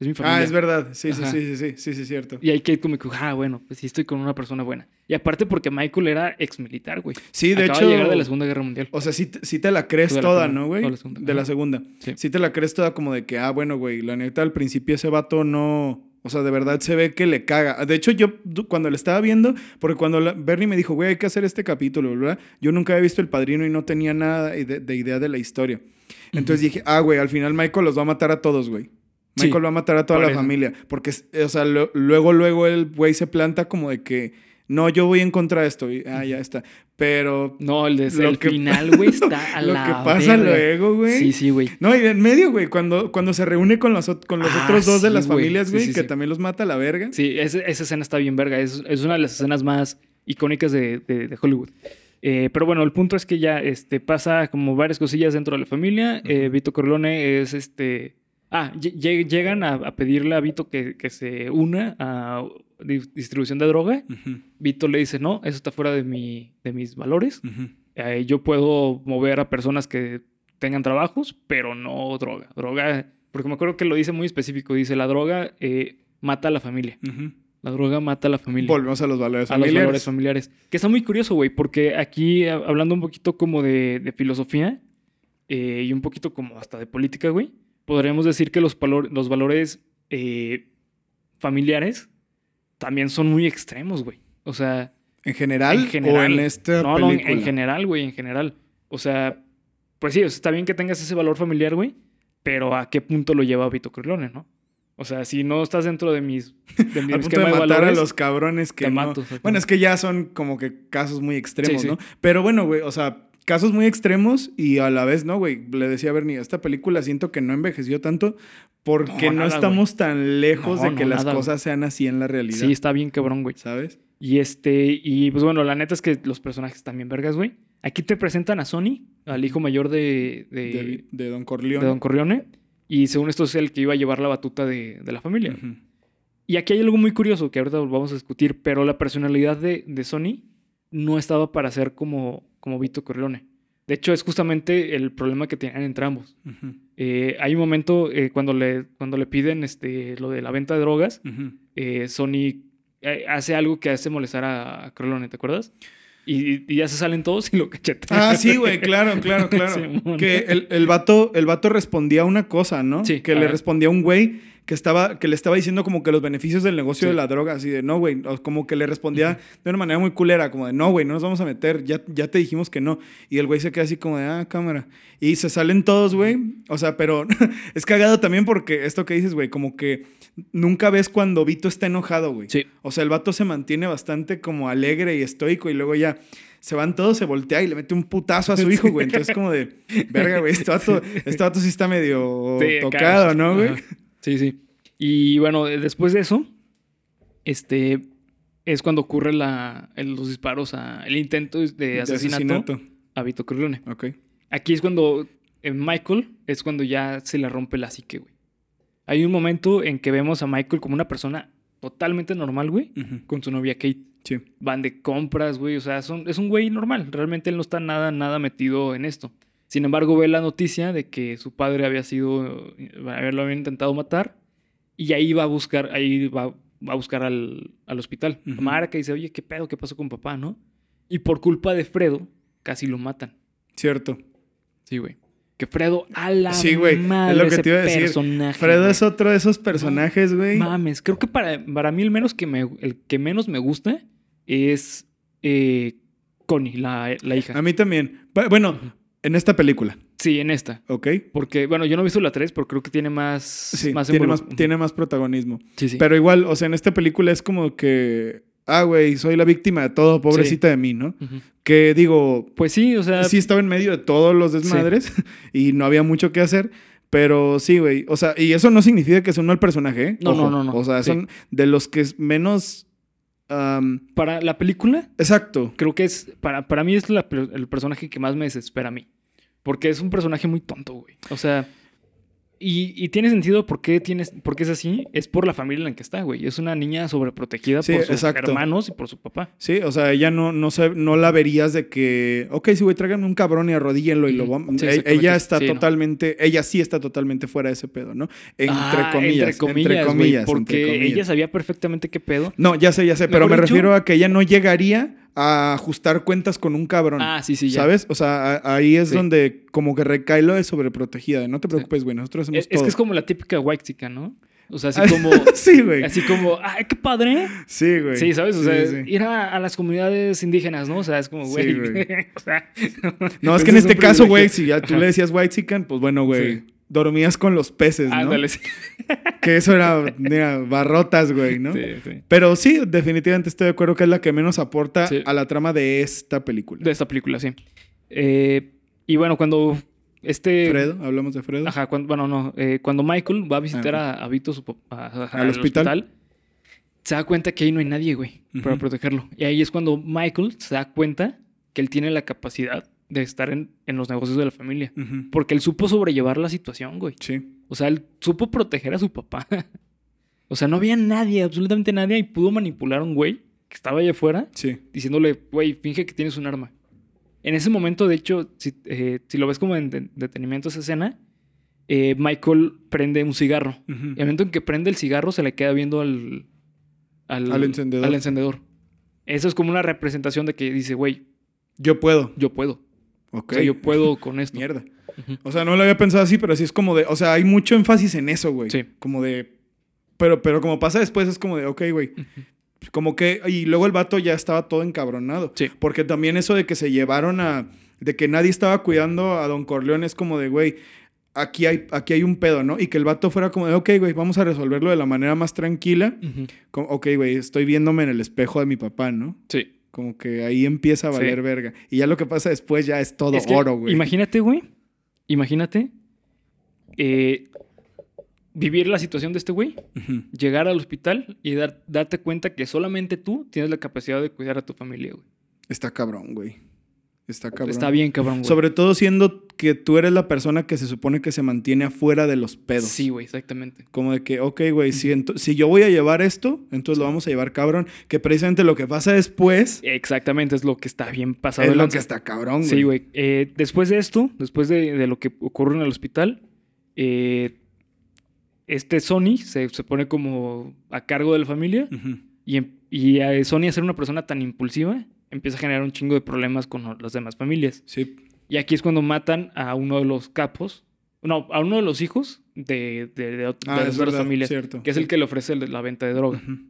Speaker 1: Es mi familia.
Speaker 2: Ah, es verdad. Sí, sí,
Speaker 1: Ajá.
Speaker 2: sí, sí, sí, sí, sí, cierto.
Speaker 1: Y ahí Kate como que, ah, bueno, pues sí estoy con una persona buena. Y aparte porque Michael era exmilitar, güey.
Speaker 2: Sí, de
Speaker 1: Acaba
Speaker 2: hecho.
Speaker 1: de llegar de la Segunda Guerra Mundial.
Speaker 2: O sea, sí, te- sí te la crees
Speaker 1: De la
Speaker 2: toda,
Speaker 1: primera,
Speaker 2: ¿no, güey?
Speaker 1: o la segunda,
Speaker 2: De la
Speaker 1: ajá.
Speaker 2: segunda.
Speaker 1: Sí.
Speaker 2: Sí te la crees toda como de que, ah, bueno, güey, la neta al principio ese vato no. O sea, de verdad se ve que le caga. De hecho, yo du- cuando le estaba viendo, porque cuando la- Bernie me dijo, güey, hay que hacer este capítulo, ¿verdad? Yo nunca había visto El Padrino y no tenía nada de, de idea de la historia. Entonces dije, ah, güey, al final Michael los va a matar a todos, güey.
Speaker 1: Sí.
Speaker 2: Michael va a matar a toda
Speaker 1: Por
Speaker 2: la
Speaker 1: eso.
Speaker 2: familia. Porque, es- o sea, lo- luego, luego el güey se planta como de que, no, yo voy en contra de esto. Y, ah, ya está. Pero
Speaker 1: No, el, de-
Speaker 2: Lo
Speaker 1: el
Speaker 2: que-
Speaker 1: final, güey, está a
Speaker 2: lo
Speaker 1: la
Speaker 2: que pasa
Speaker 1: verga.
Speaker 2: luego, güey.
Speaker 1: Sí, sí, güey.
Speaker 2: No, y en medio, güey, cuando, cuando se reúne con los, ot- con los
Speaker 1: Ah,
Speaker 2: otros dos de
Speaker 1: sí,
Speaker 2: las
Speaker 1: güey.
Speaker 2: familias,
Speaker 1: Sí,
Speaker 2: güey,
Speaker 1: sí,
Speaker 2: que
Speaker 1: sí.
Speaker 2: también los mata a la verga.
Speaker 1: Sí, ese- esa escena está bien verga. Es, es una de las escenas más icónicas de, de- de Hollywood. Eh, pero bueno, el punto es que ya este, pasa como varias cosillas dentro de la familia. Eh, Vito Corleone es este. Ah, lle- lle- llegan a, a pedirle a Vito que, que se una a di- distribución de droga. Vito le dice: No, eso está fuera de, mi, de mis valores. Eh, yo puedo mover a personas que tengan trabajos, pero no droga. Droga, porque me acuerdo que lo dice muy específico: dice, la droga eh, mata a la familia. La droga mata a la familia.
Speaker 2: Volvemos a los valores
Speaker 1: a los
Speaker 2: familiares.
Speaker 1: valores familiares. Que está muy curioso, güey, porque aquí a- hablando un poquito como de, de filosofía eh, y un poquito como hasta de política, güey, podríamos decir que los, valor- los valores eh, familiares también son muy extremos, güey. O sea,
Speaker 2: ¿En general,
Speaker 1: En general.
Speaker 2: o en esta
Speaker 1: no, no, en-
Speaker 2: película?
Speaker 1: en general, güey, en general. O sea, pues sí, o sea, está bien que tengas ese valor familiar, güey, pero ¿a qué punto lo lleva Vito Corleone, no? O sea, si no estás dentro de mis, de mi
Speaker 2: Al punto
Speaker 1: esquema
Speaker 2: de matar
Speaker 1: valores,
Speaker 2: a los cabrones que
Speaker 1: te
Speaker 2: no-
Speaker 1: mato, exactamente.
Speaker 2: Bueno, es que ya son como que casos muy extremos,
Speaker 1: Sí, sí.
Speaker 2: ¿no? Pero bueno, güey, o sea, casos muy extremos y a la vez, ¿no, güey? Le decía a Bernie, esta película siento que no envejeció tanto porque
Speaker 1: No,
Speaker 2: no,
Speaker 1: nada, güey.
Speaker 2: estamos tan lejos
Speaker 1: No,
Speaker 2: de que
Speaker 1: no,
Speaker 2: las
Speaker 1: nada, güey.
Speaker 2: cosas sean así en la realidad,
Speaker 1: Sí, está bien cabrón, güey.
Speaker 2: ¿sabes?
Speaker 1: Y este, y pues bueno, la neta es que los personajes también vergas, güey. Aquí te presentan a Sony, al hijo mayor de, de,
Speaker 2: de, de Don
Speaker 1: de
Speaker 2: Corleone.
Speaker 1: Don Corleone, y según esto es el que iba a llevar la batuta de, de la familia.
Speaker 2: Ujú.
Speaker 1: Y aquí hay algo muy curioso que ahorita vamos a discutir, pero la personalidad de, de Sony no estaba para ser como, como Vito Corleone. De hecho, es justamente el problema que tenían entre ambos.
Speaker 2: Ujú.
Speaker 1: Eh, hay un momento eh, cuando, le, cuando le piden este, lo de la venta de drogas,
Speaker 2: Ujú.
Speaker 1: eh, Sony eh, hace algo que hace molestar a, a Corleone, ¿te acuerdas? Y, y ya se salen todos y lo cachetean.
Speaker 2: Ah, sí, güey, claro, claro, claro.
Speaker 1: Simón.
Speaker 2: que el, el vato, el vato respondía una cosa, ¿no?
Speaker 1: Sí,
Speaker 2: que
Speaker 1: a
Speaker 2: le
Speaker 1: ver.
Speaker 2: respondía a un güey que estaba, que le estaba diciendo como que los beneficios del
Speaker 1: Sí.
Speaker 2: negocio de la droga, así de no, güey. o Como que le respondía de una manera muy culera, como de no, güey, no nos vamos a meter, ya, ya te dijimos que no. Y el güey se queda así como de ah, cámara. Y se salen todos, güey. O sea, pero es cagado también porque esto que dices, güey, como que nunca ves cuando Vito está enojado, güey.
Speaker 1: Sí.
Speaker 2: O sea, el vato se mantiene bastante como alegre y estoico y luego ya se van todos, se voltea y le mete un putazo a su hijo, güey. Entonces como de, verga, güey, este vato, este vato sí está medio
Speaker 1: Sí, acá.
Speaker 2: tocado, ¿no, güey?
Speaker 1: Ajá. Sí, sí. Y bueno, eh, después de eso, este es cuando ocurre la, el- los disparos, a, el intento de
Speaker 2: De
Speaker 1: asesinato, a Vito Corleone.
Speaker 2: Ok.
Speaker 1: Aquí es cuando eh, Michael es cuando ya se le rompe la psique, güey. Hay un momento en que vemos a Michael como una persona totalmente normal, güey,
Speaker 2: Ujú.
Speaker 1: con su novia Kate.
Speaker 2: Sí.
Speaker 1: Van de compras, güey, o sea, son- es un güey normal. Realmente él no está nada, nada metido en esto. Sin embargo, ve la noticia de que su padre había sido, haberlo habían intentado matar y ahí va a buscar, ahí va, va a buscar al, al hospital.
Speaker 2: Ujú.
Speaker 1: Marca y dice, oye, ¿qué pedo? ¿Qué pasó con papá, no? Y por culpa de Fredo, casi lo matan.
Speaker 2: Cierto.
Speaker 1: Sí, güey. Que Fredo a la
Speaker 2: Sí, güey, es
Speaker 1: madre
Speaker 2: lo que
Speaker 1: ese
Speaker 2: te iba a decir.
Speaker 1: personaje,
Speaker 2: Fredo
Speaker 1: güey.
Speaker 2: es otro de esos personajes, güey.
Speaker 1: Mames, creo que para, para mí el menos que me el que menos me gusta es eh, Connie, la, la
Speaker 2: A
Speaker 1: hija.
Speaker 2: mí también. Bu- Bueno, en esta película,
Speaker 1: Sí, en esta.
Speaker 2: ¿ok?
Speaker 1: Porque, bueno, yo no he visto la 3, pero creo que tiene más.
Speaker 2: Sí, tiene,
Speaker 1: involuc-
Speaker 2: más, tiene más protagonismo.
Speaker 1: Sí, sí.
Speaker 2: Pero igual, o sea, en esta película es como que, ah, güey, soy la víctima de todo, pobrecita de mí, ¿no?
Speaker 1: Ujú.
Speaker 2: Que digo,
Speaker 1: Pues sí, o sea.
Speaker 2: sí estaba en medio de todos los desmadres y no había mucho que hacer. Pero sí, güey. O sea, y eso no significa que es un mal personaje, ¿eh?
Speaker 1: No, no,
Speaker 2: Ojo.
Speaker 1: no, no.
Speaker 2: O sea, son de los que es menos. am,
Speaker 1: Para la película,
Speaker 2: exacto.
Speaker 1: creo que es. Para, para mí es la per- el personaje que más me desespera a mí. Porque es un personaje muy tonto, güey. O sea. Y, y tiene sentido por qué, tienes, por qué es así. Es por la familia en la que está, güey. Es una niña sobreprotegida
Speaker 2: Sí,
Speaker 1: por sus
Speaker 2: exacto.
Speaker 1: hermanos y por su papá.
Speaker 2: Sí, o sea, ella no, no, se, no la verías de que, ok, sí, güey, tráiganme un cabrón y arrodíllenlo y lo
Speaker 1: Ujú.
Speaker 2: vamos.
Speaker 1: Sí,
Speaker 2: E-
Speaker 1: exactamente.
Speaker 2: ella está
Speaker 1: Sí, no.
Speaker 2: totalmente, ella sí está totalmente fuera de ese pedo, ¿no? Entre
Speaker 1: Ah,
Speaker 2: comillas.
Speaker 1: Entre comillas, güey, porque
Speaker 2: entre comillas.
Speaker 1: ella sabía perfectamente qué pedo.
Speaker 2: No, ya sé, ya sé, pero
Speaker 1: Mejor
Speaker 2: me
Speaker 1: dicho-
Speaker 2: refiero a que ella no llegaría a ajustar cuentas con un cabrón.
Speaker 1: Ah, sí, sí, ya.
Speaker 2: ¿Sabes? O sea, a- ahí es
Speaker 1: Sí.
Speaker 2: donde como que recae lo de sobreprotegida. de, No te preocupes, güey, nosotros hacemos
Speaker 1: Es, es
Speaker 2: todo".
Speaker 1: que es como la típica white chica, ¿no? O sea, así como,
Speaker 2: sí, güey.
Speaker 1: así como, ay, qué padre.
Speaker 2: Sí, güey.
Speaker 1: Sí, ¿sabes? O
Speaker 2: Sí,
Speaker 1: sea,
Speaker 2: sí.
Speaker 1: ir a, a las comunidades indígenas, ¿no? O sea, es como,
Speaker 2: Sí,
Speaker 1: güey.
Speaker 2: güey.
Speaker 1: o sea,
Speaker 2: No, es
Speaker 1: entonces
Speaker 2: que en
Speaker 1: pues un
Speaker 2: este caso, güey,
Speaker 1: privilegio.
Speaker 2: si ya tú
Speaker 1: Ajá.
Speaker 2: le decías white chicken, pues bueno, güey,
Speaker 1: Sí.
Speaker 2: dormías con los peces, ¿no?
Speaker 1: Ándale, sí.
Speaker 2: Que eso era, mira, barrotas, güey, ¿no?
Speaker 1: Sí, sí.
Speaker 2: Pero sí, definitivamente estoy de acuerdo que es la que menos aporta
Speaker 1: Sí.
Speaker 2: a la trama de esta película.
Speaker 1: De esta película, sí. Eh, y bueno, cuando este.
Speaker 2: Fredo, hablamos de Fredo.
Speaker 1: Ajá, cuando, bueno, no. eh, cuando Michael va a visitar
Speaker 2: Ah,
Speaker 1: a, a Vito, su pap- a- a-
Speaker 2: Al hospital.
Speaker 1: se da cuenta que ahí no hay nadie, güey, para
Speaker 2: Ujú.
Speaker 1: protegerlo. Y ahí es cuando Michael se da cuenta que él tiene la capacidad de estar en, en los negocios de la familia.
Speaker 2: Ujú.
Speaker 1: Porque él supo sobrellevar la situación, güey.
Speaker 2: Sí.
Speaker 1: O sea, él supo proteger a su papá. o sea, no había nadie, absolutamente nadie, y pudo manipular a un güey que estaba allá afuera
Speaker 2: Sí.
Speaker 1: diciéndole, güey, finge que tienes un arma. En ese momento, de hecho, si, eh, si lo ves como en de- detenimiento esa escena, eh, Michael prende un cigarro.
Speaker 2: Ujú.
Speaker 1: Y al momento en que prende el cigarro, se le queda viendo al, al,
Speaker 2: Al encendedor.
Speaker 1: al encendedor. Eso es como una representación de que dice, güey,
Speaker 2: Yo puedo.
Speaker 1: yo puedo.
Speaker 2: Ok.
Speaker 1: O sea, yo puedo con esto.
Speaker 2: Mierda.
Speaker 1: Ujú.
Speaker 2: O sea, no lo había pensado así, pero sí es como de. O sea, hay mucho énfasis en eso, güey.
Speaker 1: Sí.
Speaker 2: Como de. Pero, pero como pasa después, es como de, ok, güey.
Speaker 1: Ujú.
Speaker 2: Como que. Y luego el vato ya estaba todo encabronado.
Speaker 1: Sí.
Speaker 2: Porque también eso de que se llevaron a. De que nadie estaba cuidando a Don Corleone es como de, güey. Aquí hay, aquí hay un pedo, ¿no? Y que el vato fuera como de, ok, güey, vamos a resolverlo de la manera más tranquila.
Speaker 1: Ujú.
Speaker 2: Como, ok, güey, estoy viéndome en el espejo de mi papá, ¿no?
Speaker 1: Sí.
Speaker 2: Como que ahí empieza a
Speaker 1: Sí.
Speaker 2: valer verga. Y ya lo que pasa después ya es todo
Speaker 1: Es que
Speaker 2: oro, güey.
Speaker 1: Imagínate, güey. Imagínate eh, vivir la situación de este güey,
Speaker 2: Ujú.
Speaker 1: llegar al hospital y dar- darte cuenta que solamente tú tienes la capacidad de cuidar a tu familia, güey.
Speaker 2: Está cabrón, güey. Está cabrón.
Speaker 1: Está bien, cabrón, güey.
Speaker 2: Sobre todo siendo que tú eres la persona que se supone que se mantiene afuera de los pedos.
Speaker 1: Sí, güey, exactamente.
Speaker 2: Como de que, ok, güey, si, ento- si yo voy a llevar esto, entonces lo vamos a llevar cabrón. Que precisamente lo que pasa después
Speaker 1: Exactamente, es lo que está bien pasado.
Speaker 2: es
Speaker 1: de
Speaker 2: lo
Speaker 1: lanza.
Speaker 2: que está cabrón, güey.
Speaker 1: Sí, güey. Eh, después de esto, después de, de lo que ocurre en el hospital, eh, este Sony se, se pone como a cargo de la familia
Speaker 2: Ujú.
Speaker 1: y, em- y eh, Sony, a ser una persona tan impulsiva, empieza a generar un chingo de problemas con las demás familias.
Speaker 2: Sí.
Speaker 1: Y aquí es cuando matan a uno de los capos, no, a uno de los hijos de, de, de ot- de
Speaker 2: Ah,
Speaker 1: las
Speaker 2: es
Speaker 1: otras
Speaker 2: verdad,
Speaker 1: familias,
Speaker 2: cierto.
Speaker 1: que es el que le ofrece el- la venta de droga.
Speaker 2: Ujú.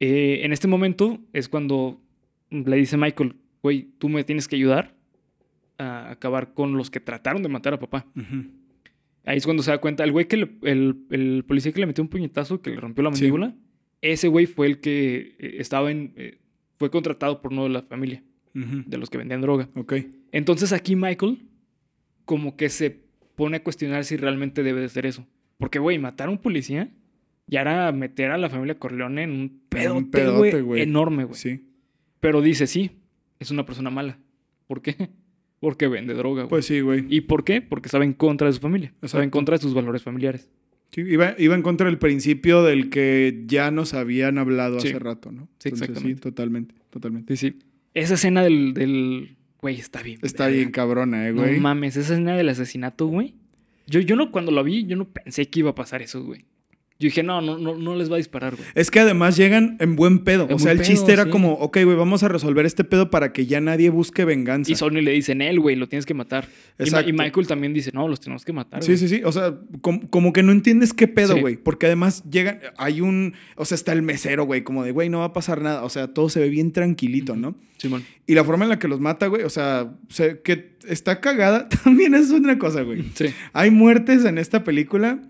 Speaker 1: Eh, en este momento es cuando le dice Michael, güey, tú me tienes que ayudar a acabar con los que trataron de matar a papá.
Speaker 2: Ujú.
Speaker 1: Ahí es cuando se da cuenta, el güey que le- el, el policía que le metió un puñetazo, que le rompió la
Speaker 2: Sí.
Speaker 1: mandíbula, ese güey fue el que eh, estaba en... eh, fue contratado por uno de la familia,
Speaker 2: Ujú.
Speaker 1: de los que vendían droga.
Speaker 2: Ok.
Speaker 1: Entonces aquí Michael como que se pone a cuestionar si realmente debe de ser eso. Porque, güey, matar a un policía ya era meter a la familia Corleone en un pedote,
Speaker 2: pedote,
Speaker 1: güey,
Speaker 2: güey.
Speaker 1: enorme, güey.
Speaker 2: Sí.
Speaker 1: Pero dice, sí, es una persona mala. ¿Por qué? Porque vende droga, güey.
Speaker 2: Pues sí, güey.
Speaker 1: ¿Y por qué? Porque estaba en contra de su familia. Estaba en
Speaker 2: Exacto.
Speaker 1: contra de sus valores familiares.
Speaker 2: Sí, iba, iba en contra del principio del que ya nos habían hablado
Speaker 1: Sí.
Speaker 2: hace rato, ¿no?
Speaker 1: Sí, exactamente.
Speaker 2: Sí, totalmente, totalmente.
Speaker 1: Sí, sí. Esa escena del... del- Güey, está bien.
Speaker 2: Está
Speaker 1: verga.
Speaker 2: bien cabrona, eh,
Speaker 1: No
Speaker 2: güey.
Speaker 1: mames, esa escena del asesinato, güey. Yo, yo no, cuando la vi, yo no pensé que iba a pasar eso, güey. Yo dije, no, no, no, no les va a disparar, güey.
Speaker 2: es que además llegan en buen pedo.
Speaker 1: En
Speaker 2: o sea, el
Speaker 1: buen
Speaker 2: chiste
Speaker 1: pedo,
Speaker 2: era
Speaker 1: sí.
Speaker 2: como, ok, güey, vamos a resolver este pedo para que ya nadie busque venganza.
Speaker 1: Y Sony le dice, él, güey, lo tienes que matar. Y, Ma- y
Speaker 2: Exacto.
Speaker 1: Michael también dice, no, los tenemos que matar.
Speaker 2: Sí,
Speaker 1: güey".
Speaker 2: sí, sí. O sea, com- como, que no entiendes qué pedo,
Speaker 1: Sí.
Speaker 2: güey. Porque además llegan, hay un, o sea, está el mesero, güey, como de, güey, no va a pasar nada. O sea, todo se ve bien tranquilito, ¿no?
Speaker 1: Simón.
Speaker 2: Y la forma en la que los mata, güey, o sea, se- que está cagada, también es una cosa, güey.
Speaker 1: Sí.
Speaker 2: Hay muertes en esta película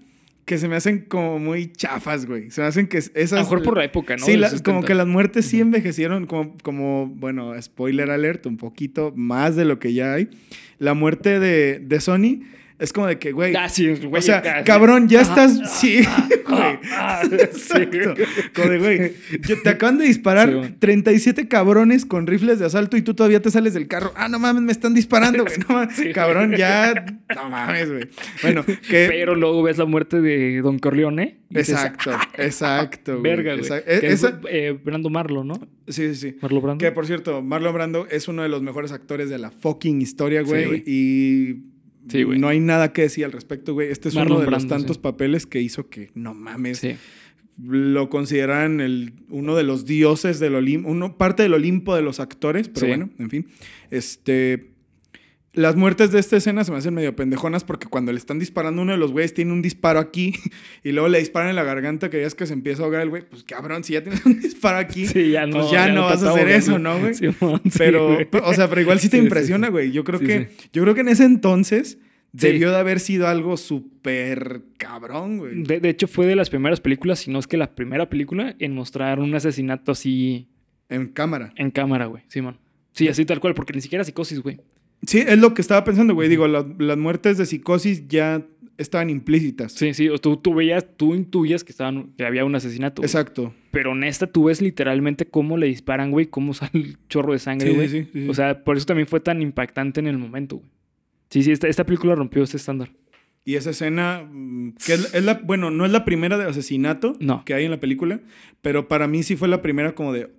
Speaker 2: que se me hacen como muy chafas, güey. Se me hacen que es-
Speaker 1: A
Speaker 2: esas...
Speaker 1: lo mejor por la época, ¿no?
Speaker 2: Sí,
Speaker 1: Del
Speaker 2: la-
Speaker 1: 70.
Speaker 2: como que las muertes sí envejecieron, como, como, bueno, spoiler alert, un poquito más de lo que ya hay. La muerte de, de Sony es como de que, güey...
Speaker 1: Ah, sí, güey.
Speaker 2: o sea,
Speaker 1: acá, sí.
Speaker 2: cabrón, ya
Speaker 1: Ah,
Speaker 2: estás...
Speaker 1: ah,
Speaker 2: sí, güey.
Speaker 1: ah, sí.
Speaker 2: Exacto. Como de, güey, yo- te acaban de disparar
Speaker 1: Sí, güey.
Speaker 2: 37 cabrones con rifles de asalto y tú todavía te sales del carro. Ah, no mames, me están disparando, güey. No mames,
Speaker 1: Sí.
Speaker 2: cabrón, ya. No mames, güey. Bueno, que.
Speaker 1: Pero luego ves la muerte de Don Corleone. y dices,
Speaker 2: Exacto, exacto. güey.
Speaker 1: Verga, güey.
Speaker 2: Exact-
Speaker 1: Que
Speaker 2: e-
Speaker 1: es,
Speaker 2: esa-
Speaker 1: eh, Brando Marlo, ¿no?
Speaker 2: Sí, sí, sí.
Speaker 1: Marlo Brando.
Speaker 2: Que por cierto, Marlon Brando es uno de los mejores actores de la fucking historia,
Speaker 1: Sí,
Speaker 2: güey.
Speaker 1: güey.
Speaker 2: y.
Speaker 1: Sí, güey.
Speaker 2: no hay nada que decir al respecto, güey. Este es
Speaker 1: Marlon
Speaker 2: uno de los
Speaker 1: Brando,
Speaker 2: tantos
Speaker 1: sí.
Speaker 2: papeles que hizo que no mames.
Speaker 1: Sí.
Speaker 2: lo consideran el, uno de los dioses del Olimpo, uno, parte del Olimpo de los actores, pero
Speaker 1: Sí.
Speaker 2: bueno, en fin. Este, las muertes de esta escena se me hacen medio pendejonas porque cuando le están disparando uno de los güeyes tiene un disparo aquí y luego le disparan en la garganta que veas que se empieza a ahogar el güey, pues cabrón, si ya tienes un disparo aquí,
Speaker 1: Sí, ya no.
Speaker 2: pues ya, no
Speaker 1: te
Speaker 2: vas a
Speaker 1: estaba
Speaker 2: hacer
Speaker 1: ahogando.
Speaker 2: eso, ¿no, güey?
Speaker 1: Simón, sí,
Speaker 2: pero, pues,
Speaker 1: güey.
Speaker 2: pero, o sea, pero igual sí te
Speaker 1: Sí, sí,
Speaker 2: impresiona, güey. Yo creo
Speaker 1: Sí,
Speaker 2: que, yo creo que en ese entonces
Speaker 1: Sí.
Speaker 2: debió de haber sido algo súper cabrón, güey.
Speaker 1: De, de hecho, fue de las primeras películas, si no es que la primera película, en mostrar un asesinato así
Speaker 2: En cámara.
Speaker 1: en cámara, güey. Simón. Sí, así tal cual, porque ni siquiera psicosis, güey.
Speaker 2: Sí, es lo que estaba pensando, güey. Digo, la- las muertes de psicosis ya estaban implícitas.
Speaker 1: Sí, sí. o Tú, tú veías, tú intuyas que, estaban, que había un asesinato. güey.
Speaker 2: Exacto.
Speaker 1: Pero en esta tú ves literalmente cómo le disparan, güey, cómo sale el chorro de sangre,
Speaker 2: Sí,
Speaker 1: güey.
Speaker 2: sí, sí, sí, sí.
Speaker 1: O sea, por eso también fue tan impactante en el momento, güey. Sí, sí, esta, esta película rompió ese estándar.
Speaker 2: Y esa escena, mm, que es, es la, bueno, no es la primera de asesinato
Speaker 1: No.
Speaker 2: que hay en la película, pero para mí sí fue la primera como de,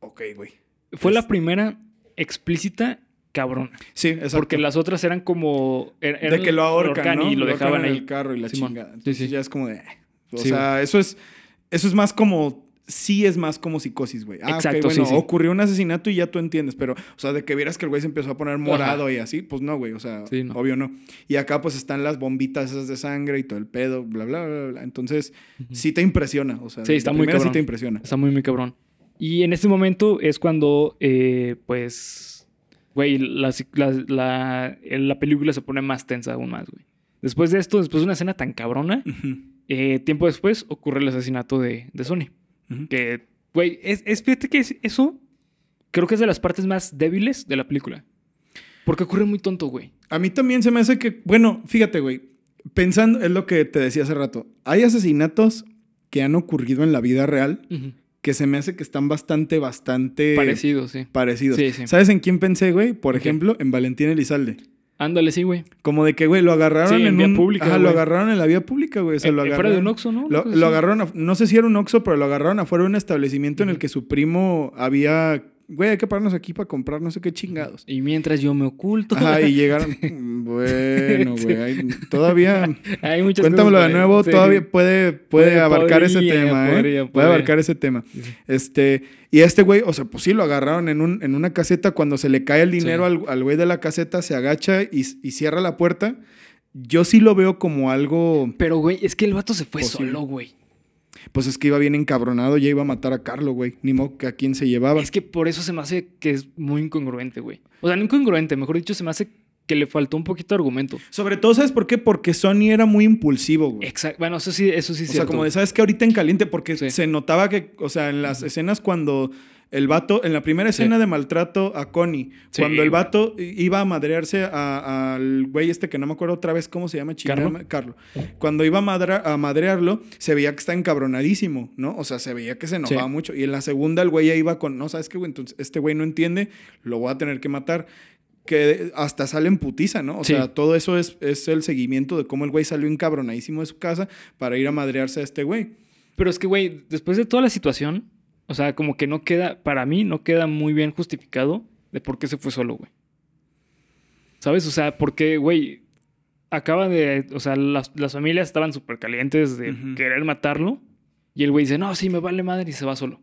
Speaker 2: ok, güey.
Speaker 1: Fue la
Speaker 2: Es-
Speaker 1: primera explícita cabrona.
Speaker 2: Sí, exacto.
Speaker 1: Porque las otras eran como. er-
Speaker 2: de
Speaker 1: eran-
Speaker 2: que lo ahorcan,
Speaker 1: ahorcan
Speaker 2: ¿no?
Speaker 1: y lo
Speaker 2: ahorcan
Speaker 1: dejaban
Speaker 2: en
Speaker 1: ahí.
Speaker 2: el carro y la
Speaker 1: Simón.
Speaker 2: chingada.
Speaker 1: Sí,
Speaker 2: Entonces
Speaker 1: sí.
Speaker 2: ya es como de, eh. o
Speaker 1: Sí,
Speaker 2: sea, eso es, eso es más como... Sí es más como psicosis, güey. Ah, ok,
Speaker 1: Exacto, sí,
Speaker 2: bueno,
Speaker 1: sí.
Speaker 2: ocurrió un asesinato y ya tú entiendes, pero, o sea, de que vieras que el güey se empezó a poner morado y así, pues no, güey, o sea,
Speaker 1: Sí, no.
Speaker 2: obvio no. Y acá pues están las bombitas esas de sangre y todo el pedo, bla, bla, bla, bla. Entonces, sí te impresiona, o sea,
Speaker 1: Sí,
Speaker 2: de
Speaker 1: está muy
Speaker 2: primera sí
Speaker 1: cabrón.
Speaker 2: te impresiona.
Speaker 1: Está muy, muy cabrón. Y en este momento es cuando, eh, pues, güey, la, la, la- eh, la película se pone más tensa aún más, güey. Después de esto, después de una escena tan cabrona, eh, tiempo después ocurre el asesinato de, de Sony.
Speaker 2: Ujú.
Speaker 1: Que, güey, es, es- fíjate que es- eso creo que es de las partes más débiles de la película. Porque ocurre muy tonto, güey.
Speaker 2: A mí también se me hace que, bueno, fíjate, güey, pensando, es lo que te decía hace rato, hay asesinatos que han ocurrido en la vida real
Speaker 1: Ujú.
Speaker 2: que se me hace que están bastante, bastante
Speaker 1: Parecido, sí.
Speaker 2: parecidos.
Speaker 1: Sí, sí.
Speaker 2: ¿Sabes en quién pensé, güey? Por
Speaker 1: ¿En quién?
Speaker 2: ejemplo, en Valentín Elizalde.
Speaker 1: Ándale, sí, güey.
Speaker 2: Como de que, güey, lo agarraron
Speaker 1: Sí, en
Speaker 2: en,
Speaker 1: vía
Speaker 2: un-
Speaker 1: pública,
Speaker 2: Ajá, lo
Speaker 1: güey.
Speaker 2: agarraron en la vía pública, güey. O sea,
Speaker 1: Eh,
Speaker 2: lo
Speaker 1: eh,
Speaker 2: agarraron.
Speaker 1: fuera de un Oxxo, ¿no? Pues Una
Speaker 2: Lo,
Speaker 1: cosa
Speaker 2: lo
Speaker 1: así.
Speaker 2: agarraron, af- no sé si era un Oxxo, pero lo agarraron afuera de un establecimiento en el
Speaker 1: Ujú.
Speaker 2: que su primo había, güey, hay que pararnos aquí para comprar no sé qué chingados.
Speaker 1: Y mientras yo me oculto.
Speaker 2: Ajá, y llegaron, Mm, bueno, güey, hay- todavía,
Speaker 1: Hay muchas
Speaker 2: cuéntamelo
Speaker 1: cosas por ahí.
Speaker 2: de nuevo,
Speaker 1: Sí.
Speaker 2: todavía puede, puede
Speaker 1: Puede-
Speaker 2: abarcar ese
Speaker 1: podría,
Speaker 2: tema, ¿eh?
Speaker 1: podría,
Speaker 2: Puede
Speaker 1: podría.
Speaker 2: abarcar ese tema.
Speaker 1: Sí, sí.
Speaker 2: Este, y este güey, o sea, pues sí, lo agarraron en, un, en una caseta. Cuando se le cae el dinero al- al güey de la caseta, se agacha y, y cierra la puerta. Yo sí lo veo como algo,
Speaker 1: Pero, güey, es que el vato se fue
Speaker 2: Posible.
Speaker 1: solo, güey.
Speaker 2: pues es que iba bien encabronado, ya iba a matar a Carlo, güey. Ni modo que a quién se llevaba.
Speaker 1: Es que por eso se me hace que es muy incongruente, güey. O sea, no incongruente, mejor dicho, se me hace que le faltó un poquito de argumento.
Speaker 2: Sobre todo, ¿sabes por qué? Porque Sony era muy impulsivo, güey.
Speaker 1: Exacto. Bueno, eso sí, eso sí
Speaker 2: O
Speaker 1: es
Speaker 2: sea,
Speaker 1: cierto.
Speaker 2: como de, ¿sabes que Ahorita en caliente, porque
Speaker 1: Sí.
Speaker 2: se notaba que, o sea, en las escenas cuando el vato, en la primera escena
Speaker 1: Sí.
Speaker 2: de maltrato a Connie,
Speaker 1: Sí,
Speaker 2: cuando el
Speaker 1: güey.
Speaker 2: vato i- iba a madrearse a- al güey este que no me acuerdo otra vez cómo se llama,
Speaker 1: ¿Carlo?
Speaker 2: Carlos. Carlo. Cuando iba a, madra- a madrearlo, se veía que está encabronadísimo, ¿no? O sea, se veía que se enojaba
Speaker 1: Sí.
Speaker 2: mucho. Y en la segunda el güey ya iba con, no, ¿sabes qué, güey? Entonces, este güey no entiende, lo voy a tener que matar. Que hasta sale en putiza, ¿no? O
Speaker 1: Sí.
Speaker 2: sea, todo eso es, es el seguimiento de cómo el güey salió encabronadísimo de su casa para ir a madrearse a este güey.
Speaker 1: Pero es que, güey, después de toda la situación, o sea, como que no queda, para mí, no queda muy bien justificado de por qué se fue solo, güey. ¿Sabes? O sea, porque, güey, acaba de, o sea, las, las familias estaban súper calientes de
Speaker 2: Ujú.
Speaker 1: querer matarlo y el güey dice, no, sí, me vale madre y se va solo.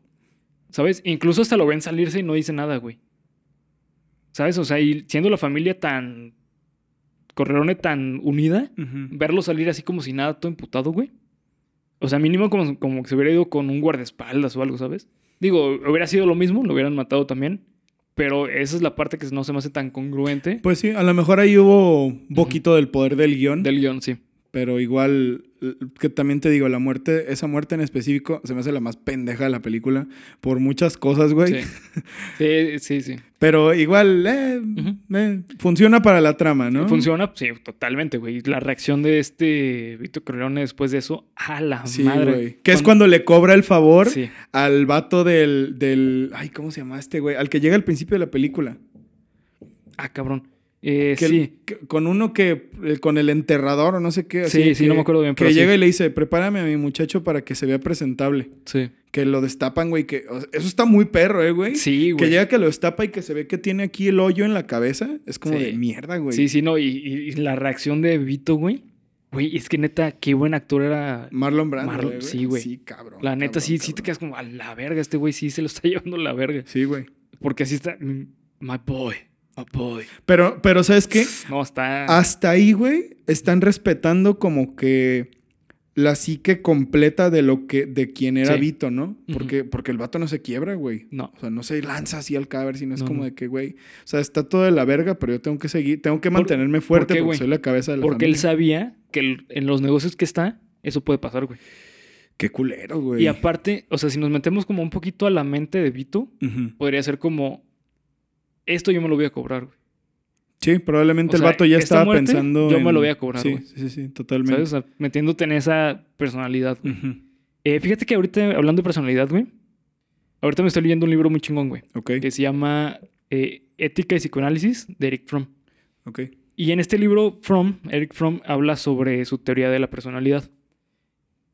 Speaker 1: ¿Sabes? Incluso hasta lo ven salirse y no dice nada, güey. ¿Sabes? O sea, y siendo la familia tan... Correrone tan unida, verlo salir así como si nada, todo emputado, güey. O sea, mínimo como, como que se hubiera ido con un guardaespaldas o algo, ¿sabes? Digo, hubiera sido lo mismo, lo hubieran matado también. Pero esa es la parte que no se me hace tan congruente
Speaker 2: Pues sí, a lo mejor ahí hubo un poquito del poder del guión,
Speaker 1: del guión, sí.
Speaker 2: pero igual, l- que también te digo, la muerte, esa muerte en específico, se me hace la más pendeja de la película por muchas cosas, güey.
Speaker 1: Sí, sí, sí. sí.
Speaker 2: Pero igual, eh,
Speaker 1: Ujú.
Speaker 2: eh, funciona para la trama, ¿no?
Speaker 1: Funciona, sí, totalmente, güey. La reacción de este Vito Corleone después de eso, a la
Speaker 2: Sí,
Speaker 1: madre.
Speaker 2: güey. Que es cuando le cobra el favor
Speaker 1: Sí.
Speaker 2: al vato del, del. Ay, ¿cómo se llama este güey? Al que llega al principio de la película.
Speaker 1: Ah, cabrón. Eh,
Speaker 2: Que-
Speaker 1: sí.
Speaker 2: que- con uno que, eh, con el enterrador o no sé qué. así
Speaker 1: Sí, sí,
Speaker 2: que-
Speaker 1: no me acuerdo bien,
Speaker 2: Que
Speaker 1: pero sí.
Speaker 2: llega y le dice, prepárame a mi muchacho para que se vea presentable.
Speaker 1: Sí.
Speaker 2: Que lo destapan, güey. Que, o sea, eso está muy perro, ¿eh, güey?
Speaker 1: Sí,
Speaker 2: Que
Speaker 1: güey.
Speaker 2: llega que lo destapa y que se ve que tiene aquí el hoyo en la cabeza. Es como
Speaker 1: Sí.
Speaker 2: de mierda, güey.
Speaker 1: Sí, sí, no. Y, y- y la reacción de Vito, güey. Güey, es que neta, qué buen actor era
Speaker 2: Marlon Brando.
Speaker 1: Marlon-
Speaker 2: eh,
Speaker 1: sí, güey.
Speaker 2: Sí, cabrón.
Speaker 1: La neta,
Speaker 2: cabrón,
Speaker 1: sí, sí te
Speaker 2: cabrón.
Speaker 1: quedas como a la verga, este güey sí se lo está llevando a la verga.
Speaker 2: Sí, güey.
Speaker 1: Porque así está. mm, My boy, my boy.
Speaker 2: Pero, pero, ¿sabes qué? Ah,
Speaker 1: No, está.
Speaker 2: Hasta ahí, güey, están respetando como que la psique completa de lo que, de quien era
Speaker 1: Sí.
Speaker 2: Vito, ¿no?
Speaker 1: Ujú.
Speaker 2: Porque, porque el vato no se quiebra, güey.
Speaker 1: No.
Speaker 2: O sea, no se lanza así al cadáver, sino es
Speaker 1: No,
Speaker 2: como
Speaker 1: no.
Speaker 2: de que, güey, o sea, está todo de la verga, pero yo tengo que seguir, tengo que mantenerme fuerte
Speaker 1: qué,
Speaker 2: porque
Speaker 1: güey?
Speaker 2: soy la cabeza de la
Speaker 1: Porque él
Speaker 2: familia.
Speaker 1: sabía que el- en los negocios que está, eso puede pasar, güey.
Speaker 2: Qué culero, güey.
Speaker 1: Y aparte, o sea, si nos metemos como un poquito a la mente de Vito,
Speaker 2: Ujú.
Speaker 1: podría ser como. Esto yo me lo voy a cobrar, güey.
Speaker 2: Sí, probablemente
Speaker 1: O
Speaker 2: el
Speaker 1: sea,
Speaker 2: vato ya
Speaker 1: esta
Speaker 2: estaba
Speaker 1: muerte,
Speaker 2: pensando.
Speaker 1: yo me lo voy a cobrar,
Speaker 2: Sí,
Speaker 1: güey.
Speaker 2: sí, sí, sí, totalmente.
Speaker 1: ¿Sabes? O sea, metiéndote en esa personalidad. güey.
Speaker 2: Ujú.
Speaker 1: Eh, fíjate que ahorita, hablando de personalidad, güey. Ahorita me estoy leyendo un libro muy chingón, güey.
Speaker 2: Ok,
Speaker 1: Que se llama eh, Ética y Psicoanálisis de Eric Fromm.
Speaker 2: ok.
Speaker 1: Y en este libro, Fromm, Eric Fromm, habla sobre su teoría de la personalidad.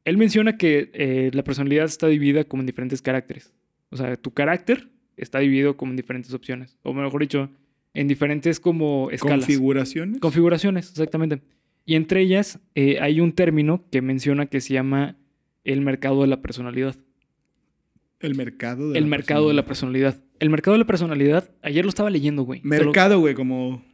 Speaker 1: Él menciona que eh, la personalidad está dividida como en diferentes caracteres. O sea, tu carácter está dividido como en diferentes opciones. O mejor dicho, en diferentes como escalas.
Speaker 2: Configuraciones.
Speaker 1: Configuraciones, exactamente. Y entre ellas eh, hay un término que menciona que se llama el mercado de la personalidad
Speaker 2: el mercado de
Speaker 1: el
Speaker 2: la
Speaker 1: mercado de la personalidad. El mercado de la personalidad, ayer lo estaba leyendo, güey. Te lo-
Speaker 2: Mercado, güey, como.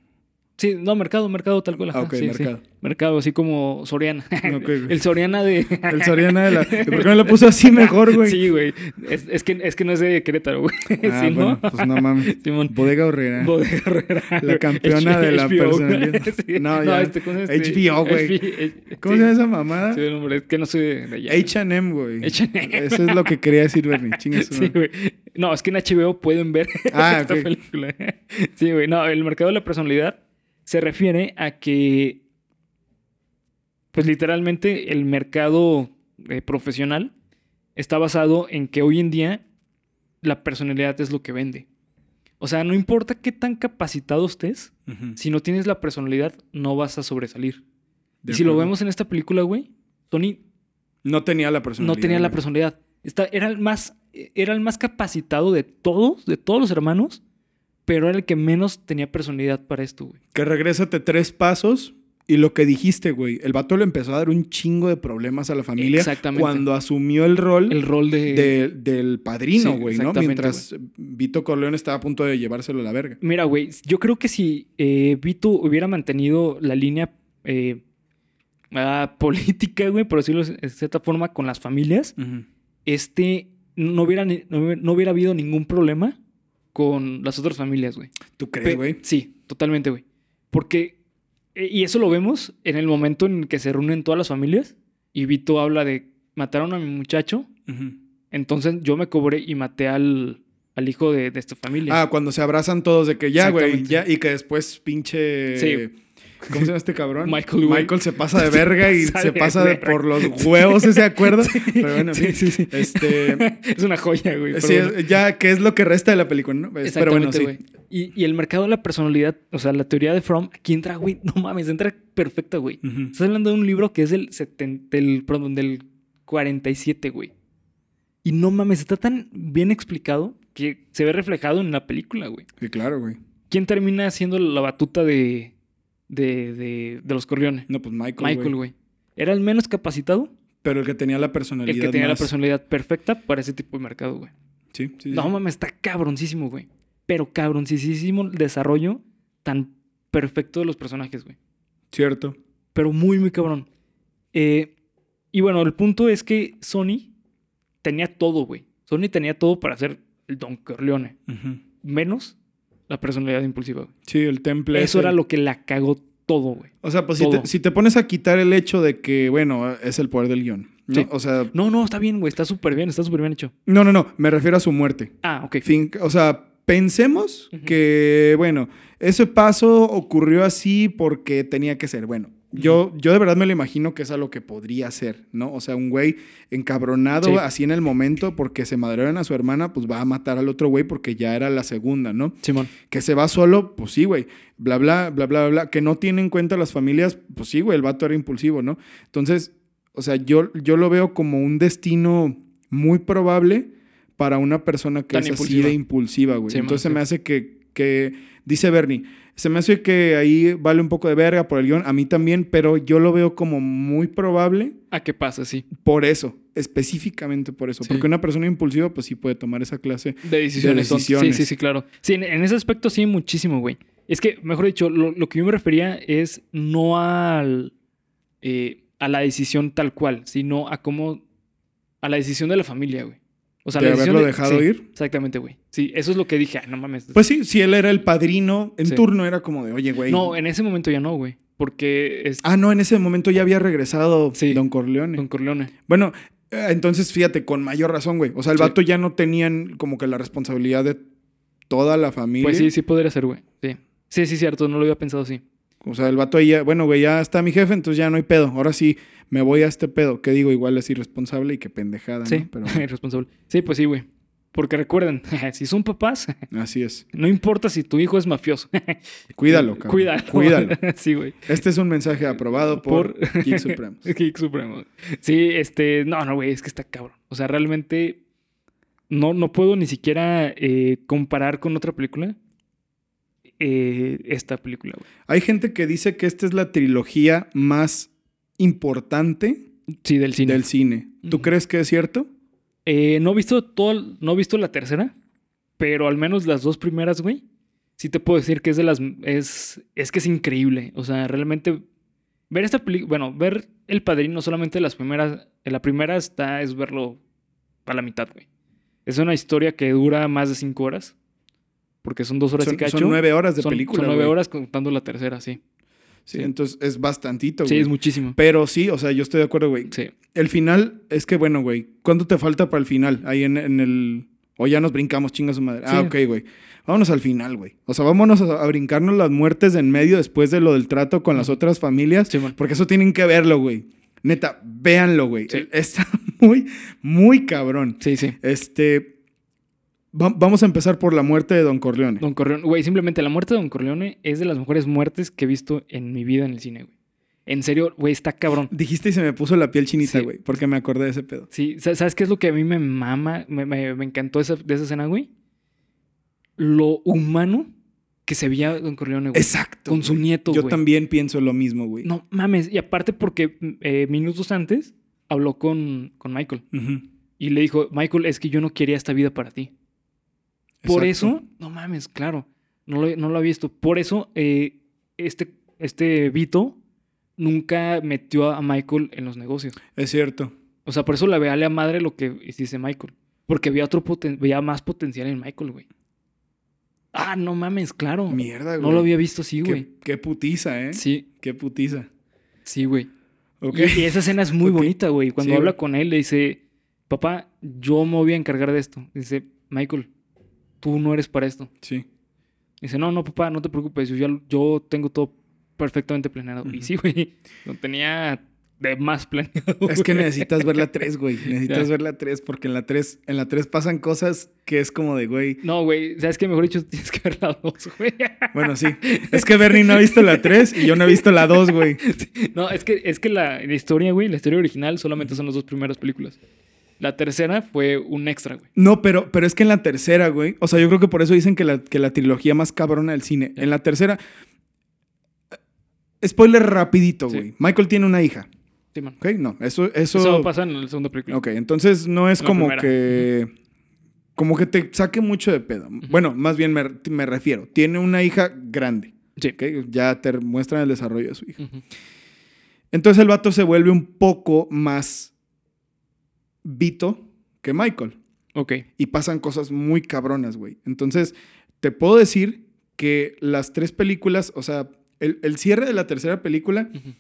Speaker 1: Sí, no, mercado, mercado tal cual.
Speaker 2: Ah,
Speaker 1: ajá,
Speaker 2: ok,
Speaker 1: sí, sí.
Speaker 2: mercado.
Speaker 1: Mercado, así como Soriana.
Speaker 2: Ok, güey.
Speaker 1: el Soriana de...
Speaker 2: El Soriana de la. ¿Por qué no lo puso así mejor, güey?
Speaker 1: Sí, güey. Es, es que, es que no es de Querétaro, güey.
Speaker 2: Ah,
Speaker 1: sí,
Speaker 2: bueno,
Speaker 1: ¿no?
Speaker 2: pues no mames.
Speaker 1: Simón.
Speaker 2: Bodega Horrera.
Speaker 1: Bodega Herrera,
Speaker 2: La
Speaker 1: güey.
Speaker 2: campeona de la
Speaker 1: HBO,
Speaker 2: personalidad.
Speaker 1: sí.
Speaker 2: No,
Speaker 1: No,
Speaker 2: ya.
Speaker 1: este, ¿cómo se llama este?
Speaker 2: HBO, güey.
Speaker 1: HB,
Speaker 2: ¿Cómo
Speaker 1: sí.
Speaker 2: se llama esa mamada?
Speaker 1: Sí, el nombre, es que no soy de de allá. güey.
Speaker 2: HM, güey.
Speaker 1: H&M.
Speaker 2: Eso es lo que quería decir, Bernie. Chingue su
Speaker 1: Sí,
Speaker 2: madre.
Speaker 1: güey. No, es que en HBO pueden ver
Speaker 2: Ah,
Speaker 1: esta
Speaker 2: ok.
Speaker 1: película. Sí, güey. No, el mercado de la personalidad se refiere a que, pues literalmente, el mercado eh, profesional está basado en que hoy en día la personalidad es lo que vende. O sea, no importa qué tan capacitado estés,
Speaker 2: Ujú.
Speaker 1: si no tienes la personalidad, no vas a sobresalir.
Speaker 2: De
Speaker 1: y si lo
Speaker 2: acuerdo.
Speaker 1: vemos en esta película, güey, Tony
Speaker 2: No tenía la personalidad.
Speaker 1: no tenía la
Speaker 2: güey.
Speaker 1: personalidad. Está- era, el más, era el más capacitado de todos, de todos los hermanos, pero era el que menos tenía personalidad para esto, güey.
Speaker 2: Que regrésate tres pasos y lo que dijiste, güey. El vato le empezó a dar un chingo de problemas a la familia
Speaker 1: Exactamente.
Speaker 2: cuando asumió el rol
Speaker 1: El rol de...
Speaker 2: de- del padrino,
Speaker 1: Sí,
Speaker 2: güey, ¿no?
Speaker 1: exactamente,
Speaker 2: Mientras Vito Corleone estaba a punto de llevárselo a la verga.
Speaker 1: Mira, güey, yo creo que si eh, Vito hubiera mantenido la línea eh, ah, política, güey, por decirlo de cierta forma, con las familias, este no hubiera, ni- no, hubiera- no hubiera habido ningún problema con las otras familias, güey.
Speaker 2: ¿Tú
Speaker 1: Pe-
Speaker 2: crees, güey?
Speaker 1: Sí, totalmente, güey. Porque, e- y eso lo vemos en el momento en que se reúnen todas las familias y Vito habla de mataron a mi muchacho, entonces yo me cobré y maté al, al hijo de, de esta familia.
Speaker 2: Ah, cuando se abrazan todos de que ya, güey,
Speaker 1: Exactamente.
Speaker 2: ya, y que después pinche...
Speaker 1: Sí.
Speaker 2: ¿Cómo se llama este cabrón?
Speaker 1: Michael, güey.
Speaker 2: Michael se pasa de verga y
Speaker 1: pasa
Speaker 2: se
Speaker 1: de
Speaker 2: pasa de
Speaker 1: verga.
Speaker 2: por los huevos ese acuerdo. Pero bueno, en
Speaker 1: sí,
Speaker 2: fin.
Speaker 1: sí, sí.
Speaker 2: Este,
Speaker 1: es una joya, güey. pero
Speaker 2: sí,
Speaker 1: bueno.
Speaker 2: ya, ¿qué es lo que resta de la película? no? Es- Pero bueno,
Speaker 1: Exactamente,
Speaker 2: sí.
Speaker 1: güey. Y, y el mercado de la personalidad, o sea, la teoría de Fromm, aquí entra, güey, no mames, entra perfecta, güey.
Speaker 2: Ujú.
Speaker 1: Estás hablando de un libro que es del 70, del, perdón, del 47, güey. Y no mames, está tan bien explicado que se ve reflejado en la película, güey.
Speaker 2: Sí, claro, güey.
Speaker 1: ¿Quién termina haciendo la batuta de, de, de, de los Corleones?
Speaker 2: No, pues Michael,
Speaker 1: Michael,
Speaker 2: güey.
Speaker 1: güey. Era el menos capacitado,
Speaker 2: Pero el que tenía la personalidad
Speaker 1: el que tenía la
Speaker 2: más-
Speaker 1: personalidad perfecta para ese tipo de mercado, güey.
Speaker 2: Sí, sí, sí.
Speaker 1: No mames, está cabroncísimo, güey. Pero cabroncísimo el desarrollo tan perfecto de los personajes, güey.
Speaker 2: Cierto.
Speaker 1: Pero muy, muy cabrón. Eh, y bueno, el punto es que Sony tenía todo, güey. Sony tenía todo para ser el Don Corleone.
Speaker 2: Ujú.
Speaker 1: Menos la personalidad impulsiva, güey.
Speaker 2: Sí, el temple.
Speaker 1: Eso
Speaker 2: ese.
Speaker 1: era lo que la cagó todo, güey.
Speaker 2: O sea, pues si te,
Speaker 1: todo.
Speaker 2: si te pones a quitar el hecho de que, bueno, es el poder del guión. ¿no?
Speaker 1: Sí.
Speaker 2: O sea,
Speaker 1: No, no, está bien, güey. Está súper bien, está súper bien hecho.
Speaker 2: no, no, no. Me refiero a su muerte.
Speaker 1: Ah, ok.
Speaker 2: Fin- o sea, pensemos
Speaker 1: Ujú.
Speaker 2: que, bueno, ese paso ocurrió así porque tenía que ser. Bueno, yo, yo de verdad me lo imagino que es a lo que podría ser, ¿no? O sea, un güey encabronado
Speaker 1: Sí.
Speaker 2: así en el momento porque se madrearon a su hermana, pues va a matar al otro güey porque ya era la segunda, ¿no?
Speaker 1: Simón.
Speaker 2: Que se va solo, pues sí, güey. Bla, bla, bla, bla, bla. Que no tiene en cuenta las familias, pues sí, güey. El vato era impulsivo, ¿no? Entonces, o sea, yo, yo lo veo como un destino muy probable para una persona que
Speaker 1: Tan
Speaker 2: es
Speaker 1: impulsiva.
Speaker 2: así de impulsiva, güey.
Speaker 1: Sí, man,
Speaker 2: Entonces se
Speaker 1: sí.
Speaker 2: me hace que, que, dice Bernie, se me hace que ahí vale un poco de verga por el guión, a mí también, pero yo lo veo como muy probable
Speaker 1: Ah, ¿qué pasa? Sí.
Speaker 2: por eso, específicamente por eso.
Speaker 1: Sí.
Speaker 2: Porque una persona impulsiva, pues sí puede tomar esa clase.
Speaker 1: De decisiones. son-
Speaker 2: decisiones.
Speaker 1: Sí, sí, sí, claro. Sí, en, en ese aspecto sí, muchísimo, güey. Es que, mejor dicho, lo, lo que yo me refería es no al, eh, a la decisión tal cual, sino a cómo. a la decisión de la familia, güey. O sea,
Speaker 2: ¿De
Speaker 1: la decisión
Speaker 2: haberlo dejado
Speaker 1: sí,
Speaker 2: ir?
Speaker 1: Exactamente, güey. Sí, eso es lo que dije. Ah, no mames.
Speaker 2: Pues sí, si él era el padrino, en
Speaker 1: Sí.
Speaker 2: turno era como de, oye, güey.
Speaker 1: no, en ese momento ya no, güey. Porque es
Speaker 2: Ah, no, en ese momento ya había regresado
Speaker 1: Sí.
Speaker 2: Don Corleone.
Speaker 1: Don Corleone.
Speaker 2: Bueno, eh, entonces fíjate, con mayor razón, güey. O sea, el
Speaker 1: Sí.
Speaker 2: vato ya no tenían como que la responsabilidad de toda la familia.
Speaker 1: Pues sí, sí podría ser, güey. Sí. Sí, sí, cierto. No lo había pensado así.
Speaker 2: O sea, el vato ahí ya, bueno, güey, ya está mi jefe, entonces ya no hay pedo. Ahora sí me voy a este pedo. Que digo, igual es irresponsable y que pendejada, ¿no?
Speaker 1: Sí,
Speaker 2: Pero
Speaker 1: irresponsable. Sí, pues sí, güey. Porque recuerden, si son papás,
Speaker 2: así es.
Speaker 1: no importa si tu hijo es mafioso.
Speaker 2: Cuídalo, cabrón.
Speaker 1: Cuídalo.
Speaker 2: Cuídalo.
Speaker 1: sí, güey.
Speaker 2: Este es un mensaje aprobado por, Geek Supremos.
Speaker 1: Geek Supremo. Sí, este. No, no, güey, es que está cabrón. O sea, realmente. No, no puedo ni siquiera eh, comparar con otra película. eh, esta película, güey.
Speaker 2: Hay gente que dice que esta es la trilogía más importante
Speaker 1: Sí, del cine.
Speaker 2: del cine. ¿Tú
Speaker 1: Ujú.
Speaker 2: crees que es cierto?
Speaker 1: Eh, no he visto todo. No he visto la tercera. Pero al menos las dos primeras, güey. Sí te puedo decir que es de las. Es, es que es increíble. O sea, realmente. Ver esta película. Bueno, ver El Padrino solamente las primeras. La primera está. Es verlo a la mitad, güey. Es una historia que dura más de cinco horas. Porque son dos horas y
Speaker 2: Son,
Speaker 1: cacho.
Speaker 2: son nueve horas de
Speaker 1: Son-
Speaker 2: película.
Speaker 1: Son nueve
Speaker 2: güey.
Speaker 1: horas contando la tercera, sí.
Speaker 2: Sí,
Speaker 1: Sí.
Speaker 2: entonces es bastantito,
Speaker 1: Sí,
Speaker 2: güey.
Speaker 1: es muchísimo.
Speaker 2: Pero sí, o sea, yo estoy de acuerdo, güey.
Speaker 1: Sí.
Speaker 2: El final es que, bueno, güey, ¿cuánto te falta para el final? Ahí en, en el... O ya nos brincamos, chinga su madre. Ah,
Speaker 1: Sí.
Speaker 2: ok, güey. Vámonos al final, güey. O sea, vámonos a, a brincarnos las muertes de en medio después de lo del trato con las otras familias.
Speaker 1: Simón.
Speaker 2: Porque eso tienen que verlo, güey. Neta, véanlo, güey.
Speaker 1: Sí.
Speaker 2: Está muy, muy cabrón.
Speaker 1: Sí, sí.
Speaker 2: Este. va- vamos a empezar por la muerte de Don Corleone.
Speaker 1: Don Corleone, güey, simplemente la muerte de Don Corleone es de las mejores muertes que he visto en mi vida en el cine, güey. En serio, güey, está cabrón.
Speaker 2: Dijiste y se me puso la piel chinita,
Speaker 1: Sí.
Speaker 2: güey, porque me acordé de ese pedo.
Speaker 1: Sí, sa- ¿sabes qué es lo que a mí me mama? Me, me- me encantó esa- de esa escena, güey. Lo humano que se veía Don Corleone, güey.
Speaker 2: Exacto.
Speaker 1: Con su
Speaker 2: güey.
Speaker 1: nieto,
Speaker 2: Yo
Speaker 1: güey.
Speaker 2: también pienso lo mismo, güey.
Speaker 1: No mames. Y aparte porque eh, minutos antes habló con, con Michael.
Speaker 2: Ujú.
Speaker 1: Y le dijo, Michael, es que yo no quería esta vida para ti. Por
Speaker 2: Exacto.
Speaker 1: eso, no mames, claro. No lo, no lo había visto. Por eso, eh, este, este Vito nunca metió a Michael en los negocios.
Speaker 2: Es cierto.
Speaker 1: O sea, por eso le veía a la madre lo que dice Michael. Porque veía, otro poten- veía más potencial en Michael, güey. Ah, no mames, claro.
Speaker 2: Mierda, güey.
Speaker 1: no lo había visto así,
Speaker 2: Qué,
Speaker 1: güey.
Speaker 2: qué putiza, ¿eh?
Speaker 1: Sí,
Speaker 2: Qué putiza.
Speaker 1: sí, güey.
Speaker 2: Ok.
Speaker 1: Y- Y esa escena es muy
Speaker 2: Ok.
Speaker 1: bonita, güey. Cuando
Speaker 2: Sí,
Speaker 1: habla
Speaker 2: güey.
Speaker 1: con él, le dice, papá, yo me voy a encargar de esto. Dice, Michael, tú no eres para esto.
Speaker 2: Sí.
Speaker 1: Dice, no, no, papá, no te preocupes, yo, ya, lo- yo tengo todo perfectamente planeado. Y
Speaker 2: Ujú.
Speaker 1: sí, güey, no tenía de más planeado.
Speaker 2: Es que
Speaker 1: güey.
Speaker 2: necesitas ver la 3, güey. Necesitas
Speaker 1: Ya.
Speaker 2: ver la 3 porque en la 3 en la 3 pasan cosas que es como de, güey,
Speaker 1: No, güey, ¿sabes qué? Mejor dicho, tienes que ver la dos, güey.
Speaker 2: bueno, sí. Es que Bernie no ha visto la 3 y yo no he visto la 2, güey.
Speaker 1: No, es que, es que la, la historia, güey, la historia original solamente son las dos primeras películas. La tercera fue un extra, güey.
Speaker 2: No, pero, pero es que en la tercera, güey. O sea, yo creo que por eso dicen que la, que la trilogía más cabrona del cine. En la tercera. eh, Spoiler rapidito,
Speaker 1: Sí.
Speaker 2: güey. Michael tiene una hija.
Speaker 1: Sí, man.
Speaker 2: Ok, no. Eso, eso.
Speaker 1: Eso, pasa en la segunda película.
Speaker 2: Ok, entonces no es
Speaker 1: La
Speaker 2: como
Speaker 1: primera.
Speaker 2: que. Como que te saque mucho de pedo. Bueno, más bien me, me refiero. Tiene una hija grande.
Speaker 1: Sí.
Speaker 2: ok, Ya te muestran el desarrollo de su hija.
Speaker 1: Ujú.
Speaker 2: Entonces el vato se vuelve un poco más Vito que Michael.
Speaker 1: Ok.
Speaker 2: Y pasan cosas muy cabronas, güey. Entonces, te puedo decir que las tres películas, o sea, el, el cierre de la tercera película
Speaker 1: Ujú.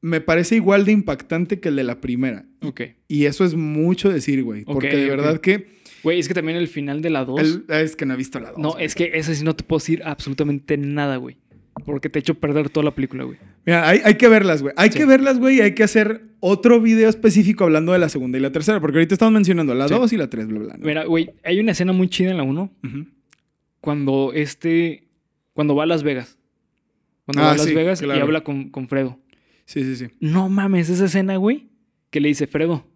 Speaker 2: me parece igual de impactante que el de la primera.
Speaker 1: Ok.
Speaker 2: Y eso es mucho decir, güey.
Speaker 1: Ok,
Speaker 2: Porque de
Speaker 1: ok.
Speaker 2: verdad que...
Speaker 1: Güey, es que también el final de la dos...
Speaker 2: el- ah, es que no he visto la dos.
Speaker 1: No, eh.
Speaker 2: güey.
Speaker 1: es que esa sí no te puedo decir absolutamente nada, güey. Porque te he hecho perder toda la película, güey.
Speaker 2: Mira, hay, hay que verlas, güey. Hay
Speaker 1: Sí.
Speaker 2: que verlas, güey. y Hay que hacer otro video específico hablando de la segunda y la tercera. Porque ahorita estamos mencionando la
Speaker 1: Sí.
Speaker 2: dos y la tres, bla, bla. ¿no?
Speaker 1: Mira, güey, hay una escena muy chida en la 1
Speaker 2: Ujú.
Speaker 1: cuando este. Cuando va a Las Vegas. Cuando va
Speaker 2: Ah,
Speaker 1: a Las
Speaker 2: sí,
Speaker 1: Vegas y
Speaker 2: claro.
Speaker 1: habla con, con Fredo.
Speaker 2: Sí, sí, sí.
Speaker 1: No mames, esa escena, güey, que le dice Fredo,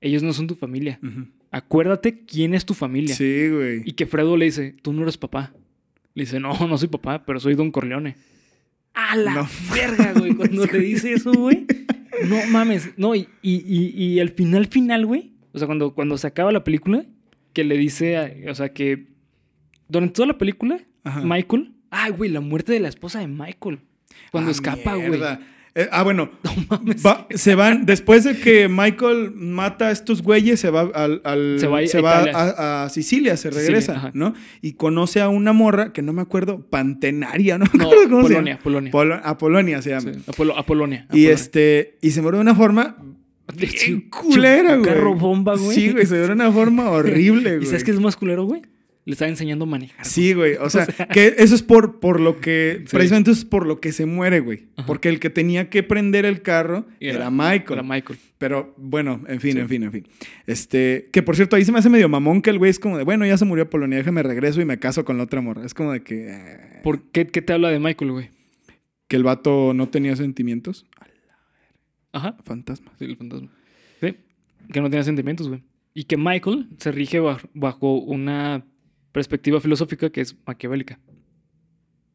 Speaker 1: ellos no son tu familia.
Speaker 2: Ujú.
Speaker 1: Acuérdate quién es tu familia.
Speaker 2: Sí, güey.
Speaker 1: Y que Fredo le dice, tú no eres papá. Le dice, no, no soy papá, pero soy Don Corleone. A la
Speaker 2: No.
Speaker 1: verga, güey, cuando le dice eso, güey. No mames, no, y, y, y, y al final, final, güey. O sea, cuando, cuando se acaba la película, que le dice, a- o sea, que durante toda la película,
Speaker 2: Ajá.
Speaker 1: Michael, ay, güey, la muerte de la esposa de Michael. Cuando
Speaker 2: Ah,
Speaker 1: escapa, güey.
Speaker 2: mierda. Eh, ah, bueno.
Speaker 1: mames.
Speaker 2: Va- se van, después de que Michael mata a estos güeyes, se va al, al-
Speaker 1: Se va a Italia.
Speaker 2: a, a Sicilia, se
Speaker 1: Sicilia,
Speaker 2: regresa,
Speaker 1: ajá.
Speaker 2: ¿no? Y conoce a una morra que no me acuerdo, Pantenaria, ¿no? me
Speaker 1: No,
Speaker 2: acuerdo cómo se
Speaker 1: Polonia,
Speaker 2: llama.
Speaker 1: Polonia.
Speaker 2: Polo- a Polonia se llama.
Speaker 1: Sí, a, Polo- a Polonia. a
Speaker 2: Y
Speaker 1: Polonia.
Speaker 2: este, y se murió de una forma bien
Speaker 1: Sí,
Speaker 2: culera, güey.
Speaker 1: Carro bomba, güey.
Speaker 2: Sí, güey, se murió de una forma horrible, güey.
Speaker 1: ¿Y sabes qué es más culero, güey? Le está enseñando a manejar.
Speaker 2: Sí, güey. O sea, que eso es por, por lo que.
Speaker 1: Sí.
Speaker 2: Precisamente es por lo que se muere, güey. Porque el que tenía que prender el carro era, Michael.
Speaker 1: Era Michael.
Speaker 2: Pero bueno, en fin, en fin, en fin. Este, que por cierto, ahí se me hace medio mamón que el güey es como de, bueno, ya se murió Polonia, déjame regreso y me caso con la otra morra. Es como de que, eh,
Speaker 1: ¿Por qué, qué te habla de Michael, güey?
Speaker 2: que el vato no tenía sentimientos.
Speaker 1: Ajá.
Speaker 2: Fantasma.
Speaker 1: Sí, el fantasma. Sí. Que no tenía sentimientos, güey. Y que Michael se rige baj- bajo una perspectiva filosófica que es maquiavélica.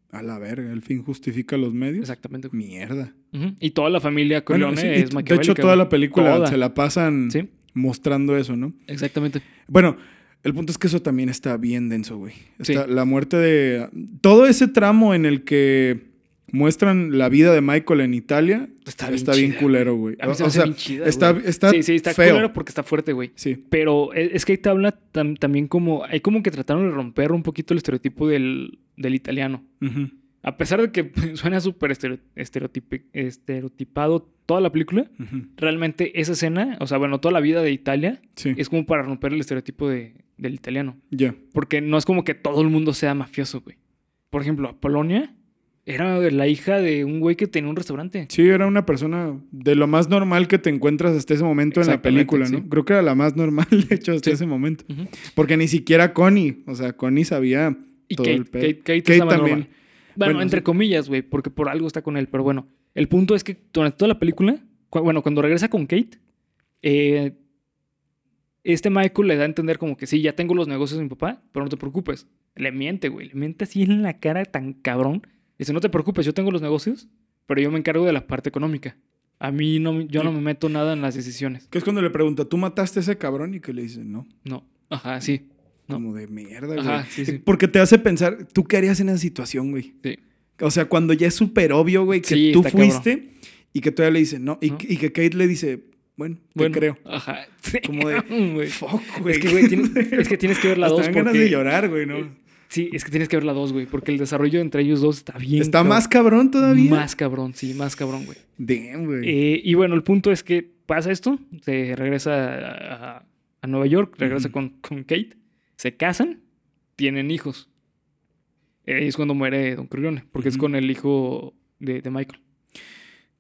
Speaker 2: A la verga, el fin justifica los medios.
Speaker 1: Exactamente, güey.
Speaker 2: Mierda.
Speaker 1: Ujú. Y toda la familia Corleone
Speaker 2: Bueno, sí, y
Speaker 1: es
Speaker 2: de
Speaker 1: maquiavélica.
Speaker 2: hecho, toda
Speaker 1: güey.
Speaker 2: la película
Speaker 1: Toda.
Speaker 2: se la pasan
Speaker 1: Sí,
Speaker 2: mostrando eso, ¿no?
Speaker 1: exactamente.
Speaker 2: Bueno, el punto es que eso también está bien denso, güey.
Speaker 1: Sí.
Speaker 2: Está La muerte de. Todo ese tramo en el que muestran la vida de Michael en Italia
Speaker 1: Está
Speaker 2: está
Speaker 1: bien
Speaker 2: bien,
Speaker 1: chida,
Speaker 2: culero, güey.
Speaker 1: A mí se
Speaker 2: O
Speaker 1: me hace
Speaker 2: sea,
Speaker 1: bien chida,
Speaker 2: está,
Speaker 1: güey.
Speaker 2: está
Speaker 1: sí, sí, está
Speaker 2: feo.
Speaker 1: culero porque está fuerte, güey.
Speaker 2: Sí,
Speaker 1: Pero e- es que ahí te habla tam- también como... Hay como que trataron de romper un poquito el estereotipo del, del italiano.
Speaker 2: Ujú.
Speaker 1: A pesar de que suena súper estereo- estereotipi- estereotipado toda la película,
Speaker 2: Ujú.
Speaker 1: realmente esa escena, o sea, bueno, toda la vida de Italia
Speaker 2: sí,
Speaker 1: es como para romper el estereotipo de- del italiano.
Speaker 2: ya.
Speaker 1: Porque no es como que todo el mundo sea mafioso, güey. Por ejemplo, a Polonia Era la hija de un güey que tenía un restaurante.
Speaker 2: Sí, era una persona de lo más normal que te encuentras hasta ese momento en la
Speaker 1: Exactamente,
Speaker 2: película, ¿no?
Speaker 1: sí.
Speaker 2: Creo que era la más normal, de hecho, hasta
Speaker 1: Sí.
Speaker 2: ese momento.
Speaker 1: Ujú.
Speaker 2: Porque ni siquiera Connie, o sea, Connie sabía
Speaker 1: Y
Speaker 2: todo
Speaker 1: Kate,
Speaker 2: el pedo.
Speaker 1: Kate, Kate es la más
Speaker 2: también.
Speaker 1: normal. Bueno,
Speaker 2: Bueno,
Speaker 1: entre
Speaker 2: sí.
Speaker 1: comillas, güey, porque por algo está con él. Pero bueno, el punto es que durante toda la película, cu- bueno, cuando regresa con Kate, eh, este Michael le da a entender como que sí, ya tengo los negocios de mi papá, pero no te preocupes. Le miente, güey, le miente así en la cara tan cabrón. Dice, no te preocupes, yo tengo los negocios, pero yo me encargo de la parte económica. A mí no, yo no me meto nada en las decisiones.
Speaker 2: Que es cuando le pregunta, ¿tú mataste a ese cabrón? Y que le dice, no.
Speaker 1: No. Ajá, sí. No.
Speaker 2: Como de mierda, güey.
Speaker 1: Ajá, sí, sí.
Speaker 2: Porque te hace pensar, ¿tú qué harías en esa situación, güey?
Speaker 1: Sí.
Speaker 2: O sea, cuando ya es súper obvio, güey, que
Speaker 1: Sí,
Speaker 2: tú
Speaker 1: está cabrón.
Speaker 2: fuiste y que todavía le dice, no. Y,
Speaker 1: ¿No?
Speaker 2: y que Kate le dice, bueno, te
Speaker 1: Bueno,
Speaker 2: creo.
Speaker 1: Ajá.
Speaker 2: Como de,
Speaker 1: güey.
Speaker 2: Fuck, güey.
Speaker 1: Es que, güey, tienes, es que tienes que ver la
Speaker 2: Hasta
Speaker 1: dos
Speaker 2: dan ganas
Speaker 1: porque-
Speaker 2: de llorar, güey, ¿no?
Speaker 1: Sí, es que tienes que ver la 2, güey, porque el desarrollo entre ellos dos está bien.
Speaker 2: Está
Speaker 1: cabrón.
Speaker 2: más cabrón todavía.
Speaker 1: Más cabrón, sí, más cabrón, güey.
Speaker 2: Damn, güey.
Speaker 1: Eh, y bueno, el punto es que pasa esto, se regresa a, a- a Nueva York, regresa
Speaker 2: Ujú.
Speaker 1: con, con Kate, se casan, tienen hijos. Eh, es cuando muere Don Corleone, porque es
Speaker 2: Ujú.
Speaker 1: con el hijo de, de Michael.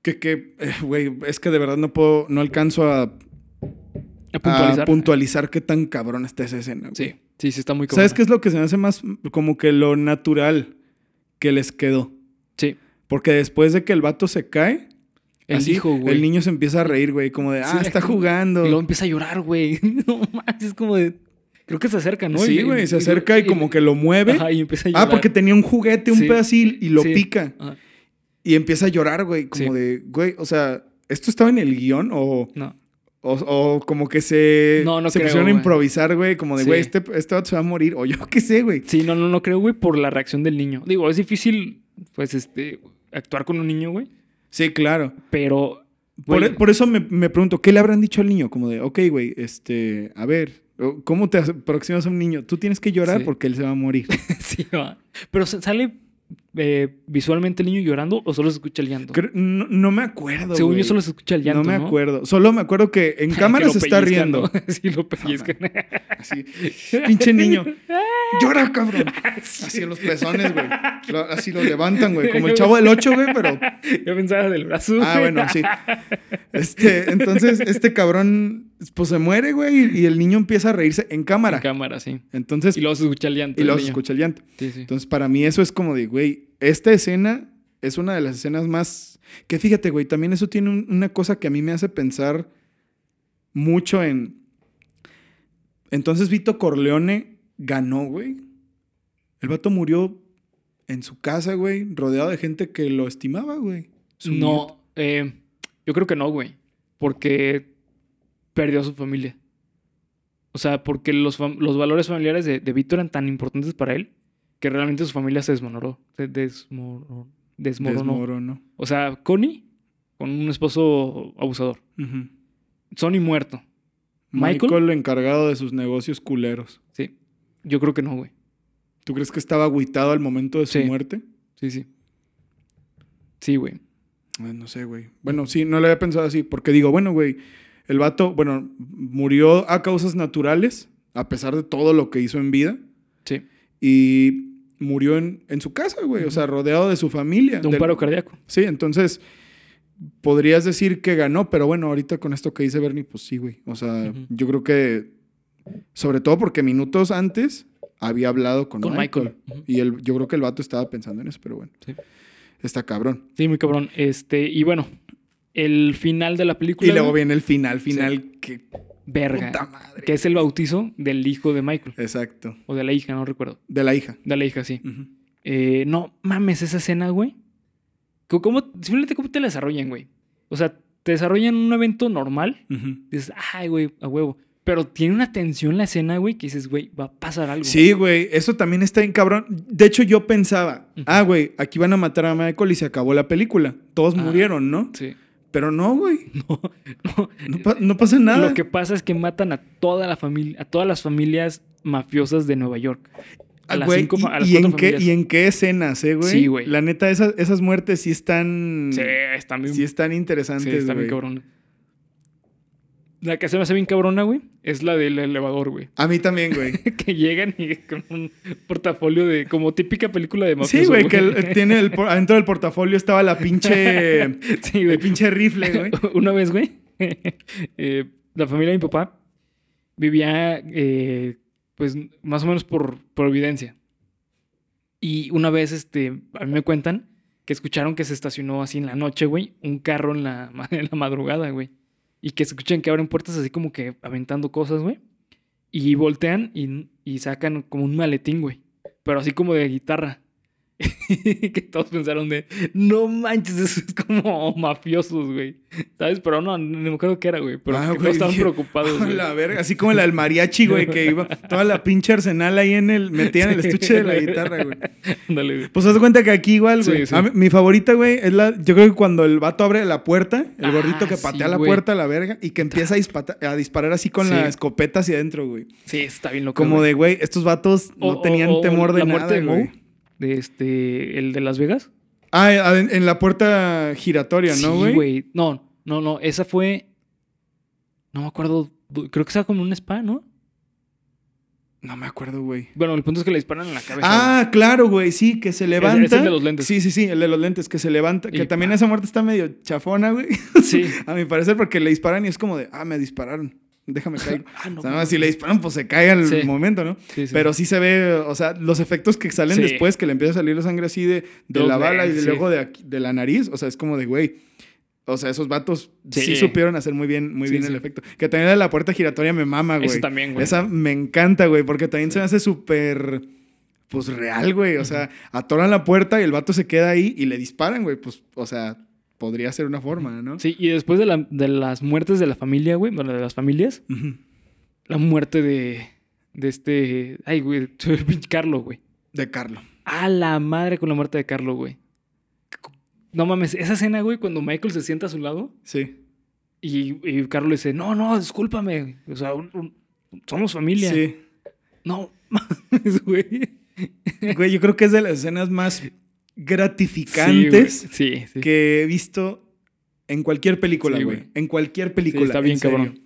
Speaker 2: Que, que, eh, güey, es que de verdad no puedo, no alcanzo a,
Speaker 1: A
Speaker 2: puntualizar,
Speaker 1: puntualizar.
Speaker 2: a puntualizar qué tan cabrón está esa escena, güey.
Speaker 1: Sí, sí, sí, está muy cabrón.
Speaker 2: ¿Sabes qué es lo que se me hace más como que lo natural que les quedó?
Speaker 1: Sí,
Speaker 2: Porque después de que el vato se cae,
Speaker 1: el
Speaker 2: así,
Speaker 1: hijo, güey.
Speaker 2: el niño se empieza a reír, güey, como de,
Speaker 1: Sí,
Speaker 2: ah, está
Speaker 1: es como-
Speaker 2: jugando.
Speaker 1: Y luego empieza a llorar, güey. No más, es como de. Creo que se acerca, ¿no?
Speaker 2: sí,
Speaker 1: El-
Speaker 2: güey, se
Speaker 1: el-
Speaker 2: acerca y
Speaker 1: el-
Speaker 2: como que lo mueve.
Speaker 1: Ajá, y empieza a llorar.
Speaker 2: ah, porque tenía un juguete, un
Speaker 1: Sí.
Speaker 2: pedacil y lo
Speaker 1: Sí.
Speaker 2: pica.
Speaker 1: Ajá.
Speaker 2: Y empieza a llorar, güey, como
Speaker 1: Sí.
Speaker 2: de, güey, o sea, ¿esto estaba en el guión o,
Speaker 1: No.
Speaker 2: o, o como que se,
Speaker 1: No, no
Speaker 2: se
Speaker 1: creo,
Speaker 2: pusieron a
Speaker 1: güey.
Speaker 2: improvisar, güey? Como de,
Speaker 1: Sí.
Speaker 2: güey, este, este vato se va a morir o yo qué sé, güey.
Speaker 1: Sí, no, no, no creo, güey, por la reacción del niño. Digo, es difícil, pues, este, actuar con un niño, güey.
Speaker 2: Sí, claro.
Speaker 1: Pero,
Speaker 2: Por, e,
Speaker 1: Güey.
Speaker 2: por eso me, me pregunto, ¿qué le habrán dicho al niño? Como de, ok, güey, este, a ver, ¿cómo te aproximas a un niño? Tú tienes que llorar
Speaker 1: Sí.
Speaker 2: porque él se va a morir.
Speaker 1: sí, va. Pero sa- sale eh, visualmente el niño llorando o solo se escucha el llanto.
Speaker 2: Creo- no, no me acuerdo.
Speaker 1: Según
Speaker 2: güey.
Speaker 1: yo, solo se escucha el llanto.
Speaker 2: No me acuerdo. Solo me acuerdo que en
Speaker 1: Que
Speaker 2: cámara
Speaker 1: lo
Speaker 2: se está
Speaker 1: pellizcan,
Speaker 2: riendo.
Speaker 1: ¿no? sí, lo pellizcan.
Speaker 2: Así. Pinche niño. Llora, cabrón. Así en los pezones, güey. Lo- así lo levantan, güey. Como el chavo del 8, güey, pero
Speaker 1: Yo pensaba del brazo.
Speaker 2: Ah,
Speaker 1: güey.
Speaker 2: bueno, sí. Este, entonces, este cabrón, pues se muere, güey, y el niño empieza a reírse en cámara.
Speaker 1: En cámara, sí.
Speaker 2: Entonces,
Speaker 1: Y
Speaker 2: y
Speaker 1: luego se escucha el llanto. del
Speaker 2: luego se
Speaker 1: niño.
Speaker 2: escucha el llanto.
Speaker 1: Sí, sí.
Speaker 2: Entonces, para mí eso es como de, güey, esta escena es una de las escenas más... Que fíjate, güey, también eso tiene un- una cosa que a mí me hace pensar mucho en... Entonces, Vito Corleone ganó, güey. El vato murió en su casa, güey, rodeado de gente que lo estimaba, güey. Su nieto.
Speaker 1: No, eh, yo creo que no, güey. Porque perdió a su familia. O sea, porque los, fam- los valores familiares de, de Víctor eran tan importantes para él que realmente su familia se desmoronó. Se desmoronó. desmoronó.
Speaker 2: Desmoronó.
Speaker 1: O sea, Connie con un esposo abusador.
Speaker 2: Ujú.
Speaker 1: Sonny muerto.
Speaker 2: Michael,
Speaker 1: Michael.
Speaker 2: encargado de sus negocios culeros.
Speaker 1: Sí. Yo creo que no, güey.
Speaker 2: ¿Tú crees que estaba agüitado al momento de su
Speaker 1: Sí.
Speaker 2: muerte?
Speaker 1: Sí, sí. Sí, güey.
Speaker 2: Ay, Ah, no sé, güey. Bueno, sí, no lo había pensado así, porque digo, bueno, güey, el vato, bueno, murió a causas naturales, a pesar de todo lo que hizo en vida,
Speaker 1: Sí.
Speaker 2: y murió en, en su casa, güey, o sea, rodeado de su familia.
Speaker 1: De un
Speaker 2: del-
Speaker 1: paro cardíaco.
Speaker 2: Sí, entonces, podrías decir que ganó, pero bueno, ahorita con esto que dice Bernie, pues sí, güey. O sea,
Speaker 1: Ujú.
Speaker 2: yo creo que, sobre todo porque minutos antes había hablado con,
Speaker 1: Con
Speaker 2: Michael.
Speaker 1: Michael. Ujú.
Speaker 2: Y el, yo creo que el vato estaba pensando en eso, pero bueno.
Speaker 1: Sí.
Speaker 2: Está cabrón.
Speaker 1: Sí, muy cabrón. Este, y bueno, el final de la
Speaker 2: Y
Speaker 1: película.
Speaker 2: luego
Speaker 1: güey,
Speaker 2: viene el final, final, que
Speaker 1: Verga.
Speaker 2: puta madre.
Speaker 1: Que es el bautizo del hijo de Michael.
Speaker 2: Exacto.
Speaker 1: O de la hija, no recuerdo.
Speaker 2: De la hija.
Speaker 1: De la hija, sí. Eh, no mames esa escena, güey. Co- ¿Cómo, simplemente cómo te la desarrollan, güey. O sea, te desarrollan un evento normal. Dices, ay, güey, a huevo. Pero tiene una tensión la escena, güey, que dices, güey, va a pasar algo.
Speaker 2: Sí, güey, eso también está bien cabrón. De hecho, yo pensaba,
Speaker 1: Ujú.
Speaker 2: ah, güey, aquí van a matar a Michael y se acabó la película. Todos
Speaker 1: Ah.
Speaker 2: murieron, ¿no?
Speaker 1: Sí.
Speaker 2: Pero no, güey.
Speaker 1: No, no.
Speaker 2: No, pa- no pasa nada.
Speaker 1: Lo que pasa es que matan a toda la familia, a todas las familias mafiosas de Nueva York. A
Speaker 2: Ah,
Speaker 1: las
Speaker 2: güey,
Speaker 1: cinco, fa-
Speaker 2: y-
Speaker 1: a las
Speaker 2: y
Speaker 1: cuatro
Speaker 2: en qué,
Speaker 1: familias.
Speaker 2: ¿Y en qué escenas, eh, güey?
Speaker 1: Sí, güey.
Speaker 2: La neta, esas, esas muertes sí están...
Speaker 1: Sí, están bien.
Speaker 2: Sí están interesantes,
Speaker 1: sí, están bien
Speaker 2: güey.
Speaker 1: cabrones. La que se me hace bien cabrona, güey, es la del elevador, güey.
Speaker 2: A mí también, güey.
Speaker 1: Que llegan y con un portafolio de como típica película de mafioso.
Speaker 2: Sí, güey, que el- eh, tiene el, por- adentro del portafolio estaba la pinche.
Speaker 1: Sí,
Speaker 2: el
Speaker 1: güey.
Speaker 2: pinche rifle, güey.
Speaker 1: Una vez, güey, eh, la familia de mi papá vivía, eh, pues, más o menos por Providencia. Y una vez, este, a mí me cuentan que escucharon que se estacionó así en la noche, güey, un carro en la, ma- en la madrugada, güey. Y que escuchan que abren puertas así como que aventando cosas, güey. Y voltean y, y sacan como un maletín, güey. Pero así como de guitarra. que todos pensaron de, no manches, eso es como mafiosos, güey. ¿Sabes? Pero no, no me acuerdo qué era, güey. Pero
Speaker 2: Ah,
Speaker 1: que
Speaker 2: güey,
Speaker 1: todos estaban
Speaker 2: dije,
Speaker 1: preocupados, güey.
Speaker 2: la verga, así como la del mariachi, güey, que iba toda la pinche arsenal ahí en el. metía en el estuche de la guitarra, güey.
Speaker 1: Ándale, güey.
Speaker 2: Pues haz de cuenta que aquí igual,
Speaker 1: Sí,
Speaker 2: güey.
Speaker 1: sí.
Speaker 2: A mí- Mi favorita, güey, es la. Yo creo que cuando el vato abre la puerta, el
Speaker 1: Ah,
Speaker 2: gordito que
Speaker 1: sí,
Speaker 2: patea la
Speaker 1: güey.
Speaker 2: puerta a la verga y que empieza a, dispata- a disparar así con
Speaker 1: Sí.
Speaker 2: la escopeta hacia adentro, güey.
Speaker 1: Sí, está bien loco.
Speaker 2: Como de, güey, estos vatos no
Speaker 1: O- o-
Speaker 2: tenían
Speaker 1: o
Speaker 2: temor de
Speaker 1: la
Speaker 2: nada,
Speaker 1: muerte de
Speaker 2: güey.
Speaker 1: Moe, de este, el de Las Vegas.
Speaker 2: Ah, en, en la puerta giratoria, ¿no,
Speaker 1: Sí,
Speaker 2: güey?
Speaker 1: güey. No, no, no. Esa fue. No me acuerdo. du- Creo que estaba como en un spa, ¿no?
Speaker 2: No me acuerdo, güey.
Speaker 1: Bueno, el punto es que le disparan en la cabeza.
Speaker 2: Ah, claro, güey, sí, que se levanta.
Speaker 1: es el de los lentes.
Speaker 2: Sí, sí, sí, el de los lentes, que se levanta. Que
Speaker 1: Y
Speaker 2: también
Speaker 1: pa.
Speaker 2: esa muerte está medio chafona, güey.
Speaker 1: güey. Sí.
Speaker 2: A mi parecer, porque le disparan y es como de, ah, me dispararon. Déjame caer.
Speaker 1: Ah, no,
Speaker 2: o sea,
Speaker 1: güey.
Speaker 2: no, si le disparan, pues se cae al
Speaker 1: Sí.
Speaker 2: momento, ¿no?
Speaker 1: Sí, sí.
Speaker 2: Pero sí se ve, o sea, los efectos que salen
Speaker 1: Sí.
Speaker 2: después, que le empieza a salir la sangre así de, de
Speaker 1: Los
Speaker 2: la bala y
Speaker 1: lentes,
Speaker 2: luego
Speaker 1: sí.
Speaker 2: de, aquí- de la nariz. O sea, es como de, güey. O sea, esos vatos sí,
Speaker 1: Sí.
Speaker 2: supieron hacer muy bien, muy
Speaker 1: Sí,
Speaker 2: bien
Speaker 1: sí.
Speaker 2: el efecto. Que también la de la puerta giratoria me mama, güey.
Speaker 1: Eso también, güey.
Speaker 2: Esa me encanta, güey, porque también se me hace súper. Pues real, güey. O sea, atoran la puerta y el vato se queda ahí y le disparan, güey. Pues, o sea, podría ser una forma, ¿no?
Speaker 1: Sí, y después de, la- de las muertes de la familia, güey. Bueno, de las familias.
Speaker 2: Ujú.
Speaker 1: La muerte de. De este. Ay, güey. pinche Carlo, güey.
Speaker 2: De Carlo.
Speaker 1: A la madre con la muerte de Carlo, güey. No mames, esa escena, güey, cuando Michael se sienta a su lado.
Speaker 2: Sí.
Speaker 1: Y, y Carlos le dice, no, no, discúlpame. O sea, un- un- somos familia.
Speaker 2: Sí.
Speaker 1: No, mames, güey.
Speaker 2: Güey, yo creo que es de las escenas más gratificantes
Speaker 1: Sí, güey. sí, sí.
Speaker 2: que he visto en cualquier película,
Speaker 1: Sí,
Speaker 2: güey.
Speaker 1: güey.
Speaker 2: En cualquier película.
Speaker 1: Sí, está bien,
Speaker 2: en serio.
Speaker 1: cabrón.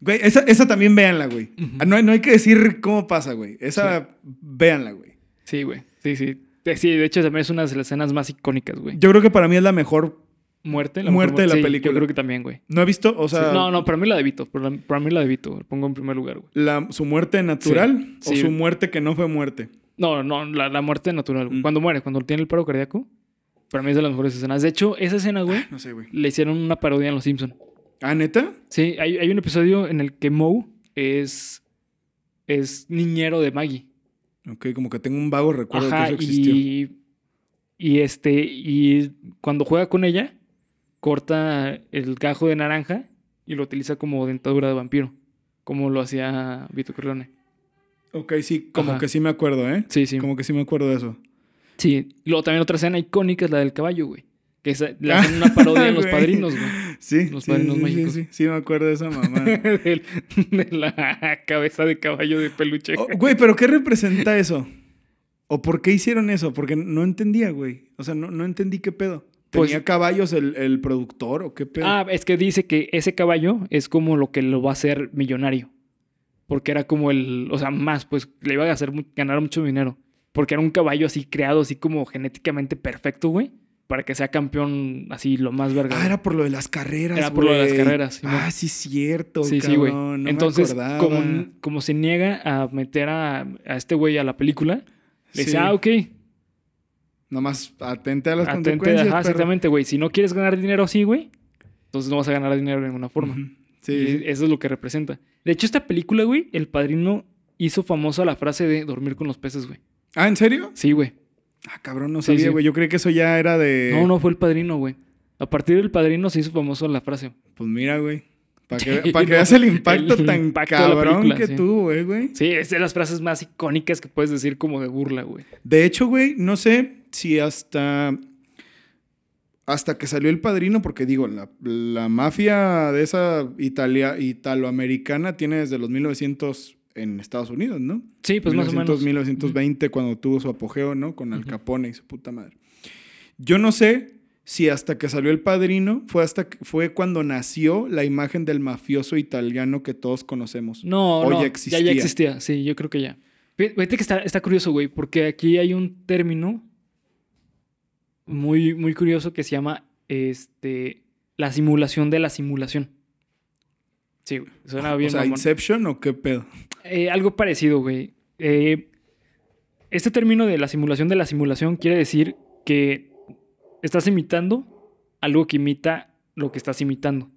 Speaker 2: Güey, esa, esa también véanla, güey.
Speaker 1: Ujú.
Speaker 2: Ah, no, hay- no hay que decir cómo pasa, güey. Esa véanla, güey.
Speaker 1: Sí, güey. Sí, sí. Eh, Sí, de hecho también es una de las escenas más icónicas, güey.
Speaker 2: Yo creo que para mí es la mejor.
Speaker 1: Muerte, la
Speaker 2: Muerte de la
Speaker 1: sí,
Speaker 2: película.
Speaker 1: Yo creo que también, güey.
Speaker 2: No he visto, o sea,
Speaker 1: Sí. No, no, para mí la de Vito. Para para mí la de Vito. güey. Pongo en primer lugar, güey.
Speaker 2: la- su muerte natural
Speaker 1: Sí, sí.
Speaker 2: o su muerte que no fue muerte.
Speaker 1: No, no, la, la muerte natural. güey.
Speaker 2: Mm.
Speaker 1: Cuando muere, cuando tiene el paro cardíaco. Para mí es de las mejores escenas. De hecho, esa escena, güey,
Speaker 2: No sé, güey.
Speaker 1: le hicieron una parodia en Los Simpsons.
Speaker 2: ¿Ah, neta?
Speaker 1: Sí, hay, hay un episodio en el que Moe es, es niñero de Maggie.
Speaker 2: Ok, como que tengo un vago recuerdo de que
Speaker 1: Ajá,
Speaker 2: eso existió.
Speaker 1: y, y este, y cuando juega con ella, corta el gajo de naranja y lo utiliza como dentadura de vampiro, como lo hacía Vito Corleone.
Speaker 2: Ok, sí, como
Speaker 1: Ajá.
Speaker 2: que sí me acuerdo, ¿eh?
Speaker 1: Sí, sí.
Speaker 2: Como que sí me acuerdo de eso.
Speaker 1: Sí. Luego también otra escena icónica es la del caballo, güey. Que esa- le
Speaker 2: Ah,
Speaker 1: hacen una parodia en Los
Speaker 2: güey.
Speaker 1: Padrinos, güey.
Speaker 2: Sí,
Speaker 1: Los
Speaker 2: sí,
Speaker 1: Padrinos
Speaker 2: sí, sí,
Speaker 1: Mágicos.
Speaker 2: Sí, sí, me acuerdo de esa mamá.
Speaker 1: Del- de la cabeza de caballo de peluche.
Speaker 2: Oh, güey, pero ¿qué representa eso? ¿O por qué hicieron eso? Porque no entendía, güey. O sea, no, no entendí qué pedo.
Speaker 1: Pues-
Speaker 2: ¿Tenía caballos el, el productor o qué pedo?
Speaker 1: Ah, es que dice que ese caballo es como lo que lo va a hacer millonario. Porque era como el, o sea, más, pues le iba a hacer mu- ganar mucho dinero. Porque era un caballo así creado, así como genéticamente perfecto, güey. Para que sea campeón así lo más verga.
Speaker 2: Ah,
Speaker 1: güey.
Speaker 2: era por lo de las carreras.
Speaker 1: Era por lo de las
Speaker 2: güey.
Speaker 1: carreras, Simón.
Speaker 2: ah, sí, cierto.
Speaker 1: sí, sí, güey.
Speaker 2: cabrón, No
Speaker 1: Entonces,
Speaker 2: me acordaba.
Speaker 1: como, n- como se niega a meter a, a este güey a la película, le
Speaker 2: Sí.
Speaker 1: dice, ah, ok,
Speaker 2: Nomás atente a las
Speaker 1: atente,
Speaker 2: consecuencias.
Speaker 1: ajá,
Speaker 2: perro.
Speaker 1: exactamente, güey. Si no quieres ganar dinero así, güey, entonces no vas a ganar dinero de ninguna forma.
Speaker 2: Ujú.
Speaker 1: Y
Speaker 2: Sí.
Speaker 1: Eso es lo que representa. De hecho, esta película, güey, El Padrino hizo famosa la frase de dormir con los peces, güey.
Speaker 2: Ah, ¿en serio?
Speaker 1: Sí, güey.
Speaker 2: Ah, cabrón, no
Speaker 1: Sí,
Speaker 2: sabía,
Speaker 1: sí.
Speaker 2: güey. Yo creí que eso ya era de.
Speaker 1: No, no fue El Padrino, güey. A partir del Padrino se hizo famosa la frase.
Speaker 2: Pues mira, güey. Para que,
Speaker 1: Sí,
Speaker 2: pa' que
Speaker 1: no,
Speaker 2: veas el impacto
Speaker 1: el
Speaker 2: tan
Speaker 1: impacto de la
Speaker 2: cabrón
Speaker 1: película,
Speaker 2: que
Speaker 1: sí.
Speaker 2: tuvo, eh, güey.
Speaker 1: Sí, es de las frases más icónicas que puedes decir como de burla, güey.
Speaker 2: De hecho, güey, no sé si hasta. Hasta que salió el padrino, porque digo, la, la mafia de esa Italia, italoamericana tiene desde los 1900 en Estados Unidos, ¿no?
Speaker 1: Sí, pues más o
Speaker 2: 1900,
Speaker 1: menos.
Speaker 2: 1920, cuando tuvo su apogeo, ¿no? Con Al Capone y su puta madre. Yo no sé si hasta que salió El Padrino fue hasta que- fue cuando nació la imagen del mafioso italiano que todos conocemos.
Speaker 1: No,
Speaker 2: O
Speaker 1: no,
Speaker 2: ya
Speaker 1: ya,
Speaker 2: existía.
Speaker 1: ya existía. Sí, yo creo que ya. Fí- Fíjate que está, está curioso, güey, porque aquí hay un término muy, muy curioso que se llama este, la simulación de la simulación. Sí, güey, suena bien.
Speaker 2: Ah, o sea,
Speaker 1: mamón.
Speaker 2: Inception o qué pedo.
Speaker 1: Eh, algo parecido, güey. Eh, este término de la simulación de la simulación quiere decir que estás imitando algo que imita lo que estás imitando.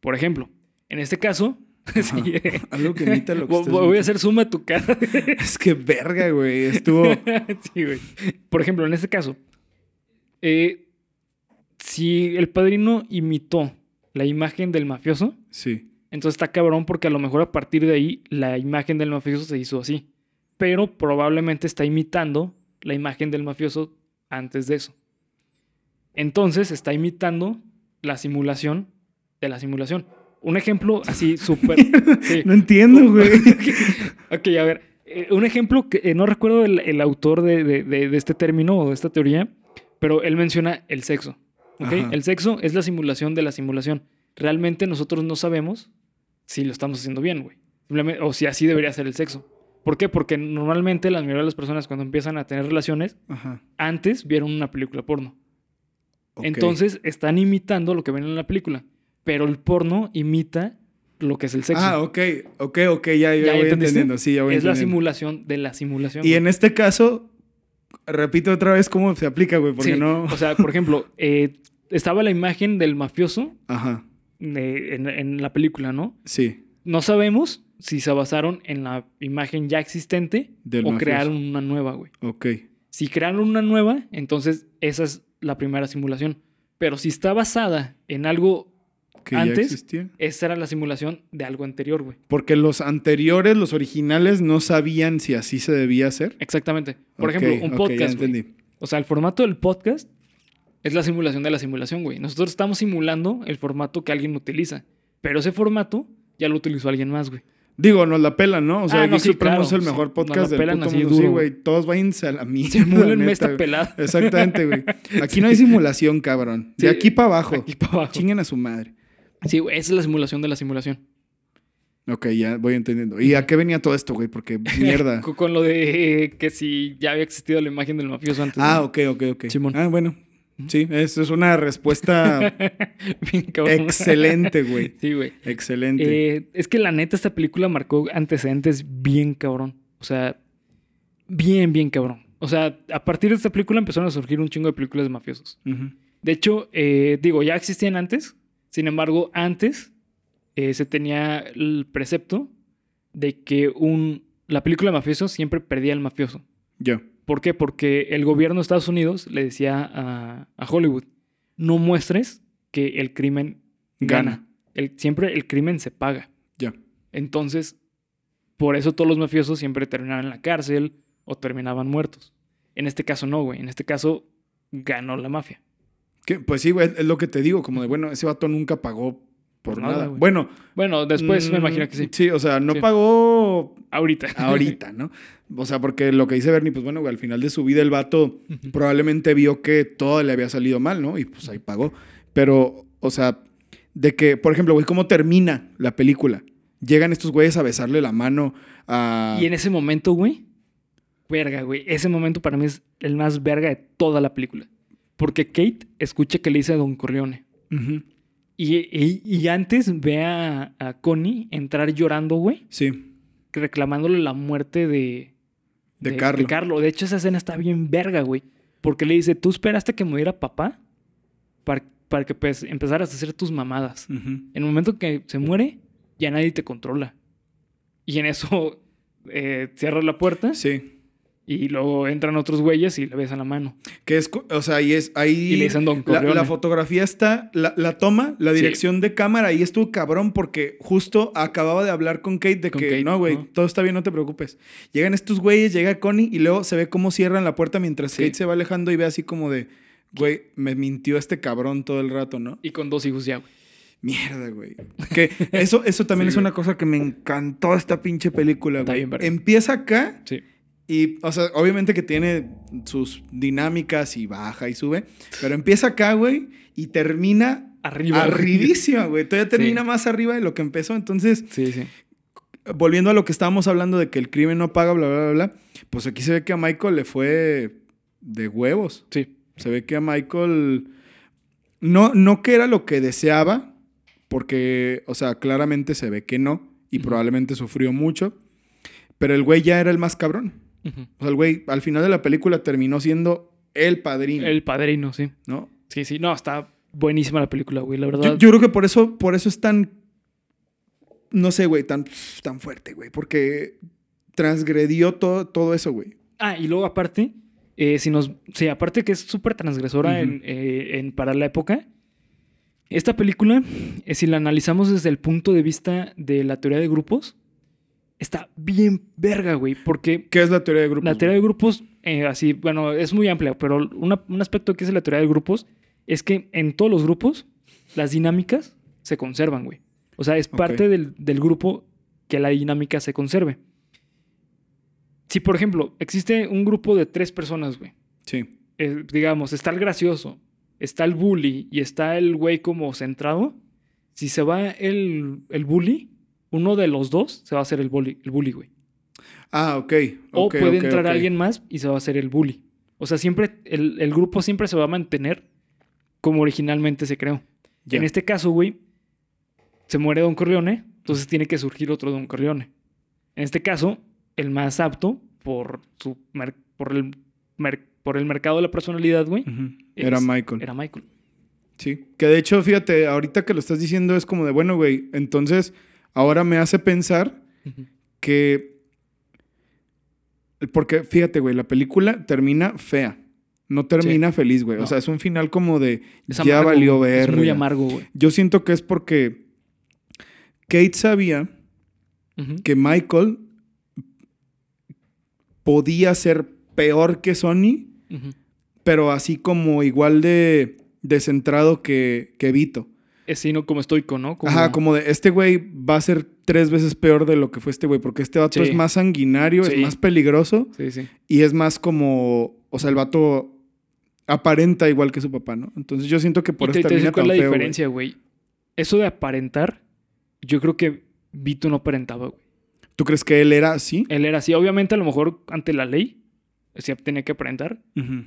Speaker 1: Por ejemplo, en este caso, sí, eh,
Speaker 2: Algo que imita lo que
Speaker 1: vo-
Speaker 2: estás
Speaker 1: voy a
Speaker 2: viendo.
Speaker 1: hacer suma a tu cara.
Speaker 2: Es que verga, güey. Estuvo.
Speaker 1: Sí, güey. Por ejemplo, en este caso, eh, si el padrino imitó la imagen del mafioso,
Speaker 2: Sí.
Speaker 1: Entonces está cabrón porque a lo mejor a partir de ahí la imagen del mafioso se hizo así. Pero probablemente está imitando la imagen del mafioso antes de eso. Entonces está imitando la simulación de la simulación. Un ejemplo así súper... sí.
Speaker 2: No entiendo, güey.
Speaker 1: Ok, a ver. eh, un ejemplo que eh, no recuerdo el, el autor de, de- de- de este término o de esta teoría, pero él menciona el sexo. ¿ok?
Speaker 2: Ajá.
Speaker 1: El sexo es la simulación de la simulación. Realmente nosotros no sabemos si lo estamos haciendo bien, güey. Simplemente- O si así debería ser el sexo. ¿Por qué? Porque normalmente la mayoría de las personas cuando empiezan a tener relaciones,
Speaker 2: Ajá.
Speaker 1: antes vieron una película porno.
Speaker 2: Ok.
Speaker 1: Entonces están imitando lo que ven en la película. Pero el porno imita lo que es el sexo.
Speaker 2: Ah, ok, ok, ok, ya, ya,
Speaker 1: ¿Ya
Speaker 2: voy
Speaker 1: entendiste?
Speaker 2: entendiendo. Sí, ya voy
Speaker 1: es la
Speaker 2: entendiendo.
Speaker 1: simulación de la simulación.
Speaker 2: Y
Speaker 1: güey.
Speaker 2: en este caso, repito otra vez cómo se aplica, güey, porque
Speaker 1: Sí,
Speaker 2: no.
Speaker 1: O sea, por ejemplo, eh, estaba la imagen del mafioso
Speaker 2: Ajá,
Speaker 1: eh, en, en la película, ¿no?
Speaker 2: sí.
Speaker 1: No sabemos si se basaron en la imagen ya existente
Speaker 2: Del
Speaker 1: o
Speaker 2: mafioso.
Speaker 1: crearon una nueva, güey.
Speaker 2: Ok.
Speaker 1: Si crearon una nueva, entonces esa es la primera simulación. Pero si está basada en algo,
Speaker 2: Que ya
Speaker 1: Antes-
Speaker 2: existía.
Speaker 1: esa era la simulación de algo anterior, güey.
Speaker 2: Porque los anteriores, los originales, no sabían si así se debía hacer.
Speaker 1: Exactamente. Por
Speaker 2: Ok,
Speaker 1: ejemplo, un
Speaker 2: ok,
Speaker 1: podcast.
Speaker 2: Ya
Speaker 1: güey.
Speaker 2: entendí.
Speaker 1: O sea, el formato del podcast es la simulación de la simulación, güey. Nosotros estamos simulando el formato que alguien utiliza. Pero ese formato ya lo utilizó alguien más, güey.
Speaker 2: Digo, nos la pelan, ¿no? O sea,
Speaker 1: Ah,
Speaker 2: aquí
Speaker 1: no, sí,
Speaker 2: Supremo
Speaker 1: claro,
Speaker 2: es el
Speaker 1: sí.
Speaker 2: mejor
Speaker 1: Nos
Speaker 2: podcast
Speaker 1: la
Speaker 2: del
Speaker 1: pelan
Speaker 2: puto
Speaker 1: así
Speaker 2: mundo.
Speaker 1: duro,
Speaker 2: sí,
Speaker 1: güey.
Speaker 2: güey. Todos váyanse a la mierda.
Speaker 1: Simúlenme
Speaker 2: neta,
Speaker 1: esta
Speaker 2: güey.
Speaker 1: pelada.
Speaker 2: Exactamente, güey. Aquí no hay simulación, cabrón.
Speaker 1: Sí.
Speaker 2: De aquí para abajo.
Speaker 1: Aquí para abajo.
Speaker 2: Chinguen a su madre.
Speaker 1: Sí, güey, esa es la simulación de la simulación.
Speaker 2: Ok, ya voy entendiendo. ¿Y a qué venía todo esto, güey? Porque mierda.
Speaker 1: Con- Con lo de eh, que si ya había existido la imagen del mafioso antes.
Speaker 2: ah,
Speaker 1: ¿no?
Speaker 2: ok, ok, ok.
Speaker 1: Simón.
Speaker 2: Ah, bueno. Sí, eso es una respuesta
Speaker 1: Bien cabrón.
Speaker 2: excelente, güey.
Speaker 1: Sí, güey.
Speaker 2: Excelente.
Speaker 1: Eh, es que la neta, esta película marcó antecedentes bien cabrón. O sea, bien, bien cabrón. O sea, a partir de esta película empezaron a surgir un chingo de películas de mafiosos.
Speaker 2: Ujú.
Speaker 1: De hecho, eh, digo, ya existían antes. Sin embargo, antes eh, se tenía el precepto de que un, la película de mafioso siempre perdía al mafioso.
Speaker 2: Yo.
Speaker 1: ¿Por qué? Porque el gobierno de Estados Unidos le decía a, a Hollywood, no muestres que el crimen gana.
Speaker 2: Gana.
Speaker 1: El- siempre el crimen se paga.
Speaker 2: Ya.
Speaker 1: Entonces, por eso todos los mafiosos siempre terminaban en la cárcel o terminaban muertos. En este caso no, güey. En este caso ganó la mafia.
Speaker 2: Que, Pues sí, güey, es lo que te digo, como de bueno, ese vato nunca pagó por
Speaker 1: Por nada,
Speaker 2: nada.
Speaker 1: güey.
Speaker 2: Bueno,
Speaker 1: Bueno, después me
Speaker 2: mm,
Speaker 1: imagino que sí.
Speaker 2: Sí, o sea, no
Speaker 1: Sí.
Speaker 2: pagó
Speaker 1: Ahorita.
Speaker 2: ahorita, ¿no? O sea, porque lo que dice Bernie, pues bueno, güey, al final de su vida el vato probablemente vio que todo le había salido mal, ¿no? Y pues ahí pagó. Pero, o sea, de que, por ejemplo, güey, ¿cómo termina la película? Llegan estos güeyes a besarle la mano a...
Speaker 1: Y en ese momento, güey. Verga, güey. Ese momento para mí es el más verga de toda la película. Porque Kate escucha que le dice a Don Corleone.
Speaker 2: Ujú.
Speaker 1: Y, y- y antes ve a, a Connie entrar llorando, güey.
Speaker 2: Sí,
Speaker 1: Reclamándole la muerte de,
Speaker 2: de, Carlos.
Speaker 1: De hecho, esa escena está bien verga, güey. Porque le dice, tú esperaste que muriera papá para, para que pues, empezaras a hacer tus mamadas.
Speaker 2: Ujú.
Speaker 1: En el momento que se muere, ya nadie te controla. Y en eso eh, cierra la puerta
Speaker 2: Sí.
Speaker 1: y luego entran otros güeyes y le besan la mano.
Speaker 2: Que es, cu- o sea, ahí es, ahí...
Speaker 1: Y le dicen Don
Speaker 2: La,
Speaker 1: Corleone.
Speaker 2: la fotografía está, la, la toma, la
Speaker 1: Sí.
Speaker 2: dirección de cámara, ahí estuvo cabrón porque justo acababa de hablar con Kate de
Speaker 1: Con
Speaker 2: que
Speaker 1: Kate,
Speaker 2: no, güey,
Speaker 1: ajá.
Speaker 2: todo está bien, no te preocupes. Llegan estos güeyes, llega Connie y luego se ve cómo cierran la puerta mientras
Speaker 1: Sí.
Speaker 2: Kate se va alejando y ve así como de, güey, me mintió este cabrón todo el rato, ¿no?
Speaker 1: Y con dos hijos ya, güey.
Speaker 2: Mierda, güey. Que eso, eso también
Speaker 1: Sí,
Speaker 2: es
Speaker 1: güey.
Speaker 2: una cosa que me encantó esta pinche película,
Speaker 1: Está
Speaker 2: güey.
Speaker 1: bien verga.
Speaker 2: Empieza acá
Speaker 1: Sí.
Speaker 2: Y, o sea, obviamente que tiene sus dinámicas y baja y sube, pero empieza acá, güey, y termina
Speaker 1: Arriba.
Speaker 2: arribísima, güey. Todavía termina
Speaker 1: Sí.
Speaker 2: más arriba de lo que empezó. Entonces,
Speaker 1: Sí, sí.
Speaker 2: volviendo a lo que estábamos hablando de que el crimen no paga, bla, bla, bla, bla, pues aquí se ve que a Michael le fue de huevos.
Speaker 1: Sí.
Speaker 2: Se ve que a Michael no, no que era lo que deseaba, porque, o sea, claramente se ve que no, y
Speaker 1: Ujú.
Speaker 2: probablemente sufrió mucho, pero el güey ya era el más cabrón.
Speaker 1: Ujú.
Speaker 2: O sea, el güey al final de la película terminó siendo el padrino,
Speaker 1: El padrino, sí.
Speaker 2: ¿no?
Speaker 1: Sí, sí. No, está buenísima la película, güey. La
Speaker 2: Yo,
Speaker 1: verdad.
Speaker 2: yo creo que por eso, por eso es tan, no sé, güey, tan, tan fuerte, güey, porque transgredió todo, todo eso, güey.
Speaker 1: Ah, y luego aparte, eh, si nos, sí, aparte que es súper transgresora
Speaker 2: Ujú.
Speaker 1: en, eh, en- para la época, esta película, eh, si la analizamos desde el punto de vista de la teoría de grupos, está bien verga, güey, porque
Speaker 2: ¿Qué es la teoría de grupos?
Speaker 1: la teoría de grupos, eh, así, bueno, es muy amplia, pero una- un aspecto que es la teoría de grupos es que en todos los grupos las dinámicas se conservan, güey. O sea, es parte
Speaker 2: Ok.
Speaker 1: del, del grupo que la dinámica se conserve. Si, por ejemplo, existe un grupo de tres personas, güey,
Speaker 2: Sí.
Speaker 1: eh, digamos, está el gracioso, está el bully y está el güey como centrado, si se va el, el bully, uno de los dos se va a hacer el bully, el bully, güey.
Speaker 2: Ah, ok.
Speaker 1: O
Speaker 2: ok,
Speaker 1: puede
Speaker 2: ok,
Speaker 1: entrar
Speaker 2: ok.
Speaker 1: alguien más y se va a hacer el bully. O sea, siempre el, el grupo siempre se va a mantener como originalmente se creó.
Speaker 2: Ya.
Speaker 1: En este caso, güey, se muere Don Corleone, entonces tiene que surgir otro Don Corleone. En este caso, el más apto por su mer- por el mer- por el mercado de la personalidad, güey,
Speaker 2: Ujú. Era
Speaker 1: es-
Speaker 2: Michael.
Speaker 1: era Michael.
Speaker 2: Sí. Que de hecho, fíjate, ahorita que lo estás diciendo es como de, bueno, güey, entonces ahora me hace pensar que... Porque, fíjate, güey, la película termina fea. No termina feliz, güey. O
Speaker 1: No.
Speaker 2: sea, es un final como de...
Speaker 1: Es
Speaker 2: ya
Speaker 1: amargo,
Speaker 2: valió
Speaker 1: güey.
Speaker 2: ver.
Speaker 1: Es muy amargo, güey.
Speaker 2: Yo siento que es porque Kate sabía
Speaker 1: Ujú.
Speaker 2: que Michael podía ser peor que Sonny.
Speaker 1: Ujú.
Speaker 2: pero así como igual de, de centrado que, que Vito.
Speaker 1: Es sino como estoico, ¿no?
Speaker 2: Ajá, como de este güey va a ser tres veces peor de lo que fue este güey, porque este vato
Speaker 1: Sí.
Speaker 2: es más sanguinario, es
Speaker 1: Sí.
Speaker 2: más peligroso
Speaker 1: Sí, sí.
Speaker 2: y es más como, o sea, el vato aparenta igual que su papá, ¿no? Entonces yo siento que
Speaker 1: y
Speaker 2: por eso
Speaker 1: te, te
Speaker 2: termina
Speaker 1: digo cuál
Speaker 2: tan
Speaker 1: es la
Speaker 2: feo, güey.
Speaker 1: diferencia, güey. Eso de aparentar, yo creo que Vito no aparentaba, güey.
Speaker 2: ¿Tú crees que él era así?
Speaker 1: Él era así, obviamente, a lo mejor ante la ley, sí tenía que aparentar,
Speaker 2: Ujú.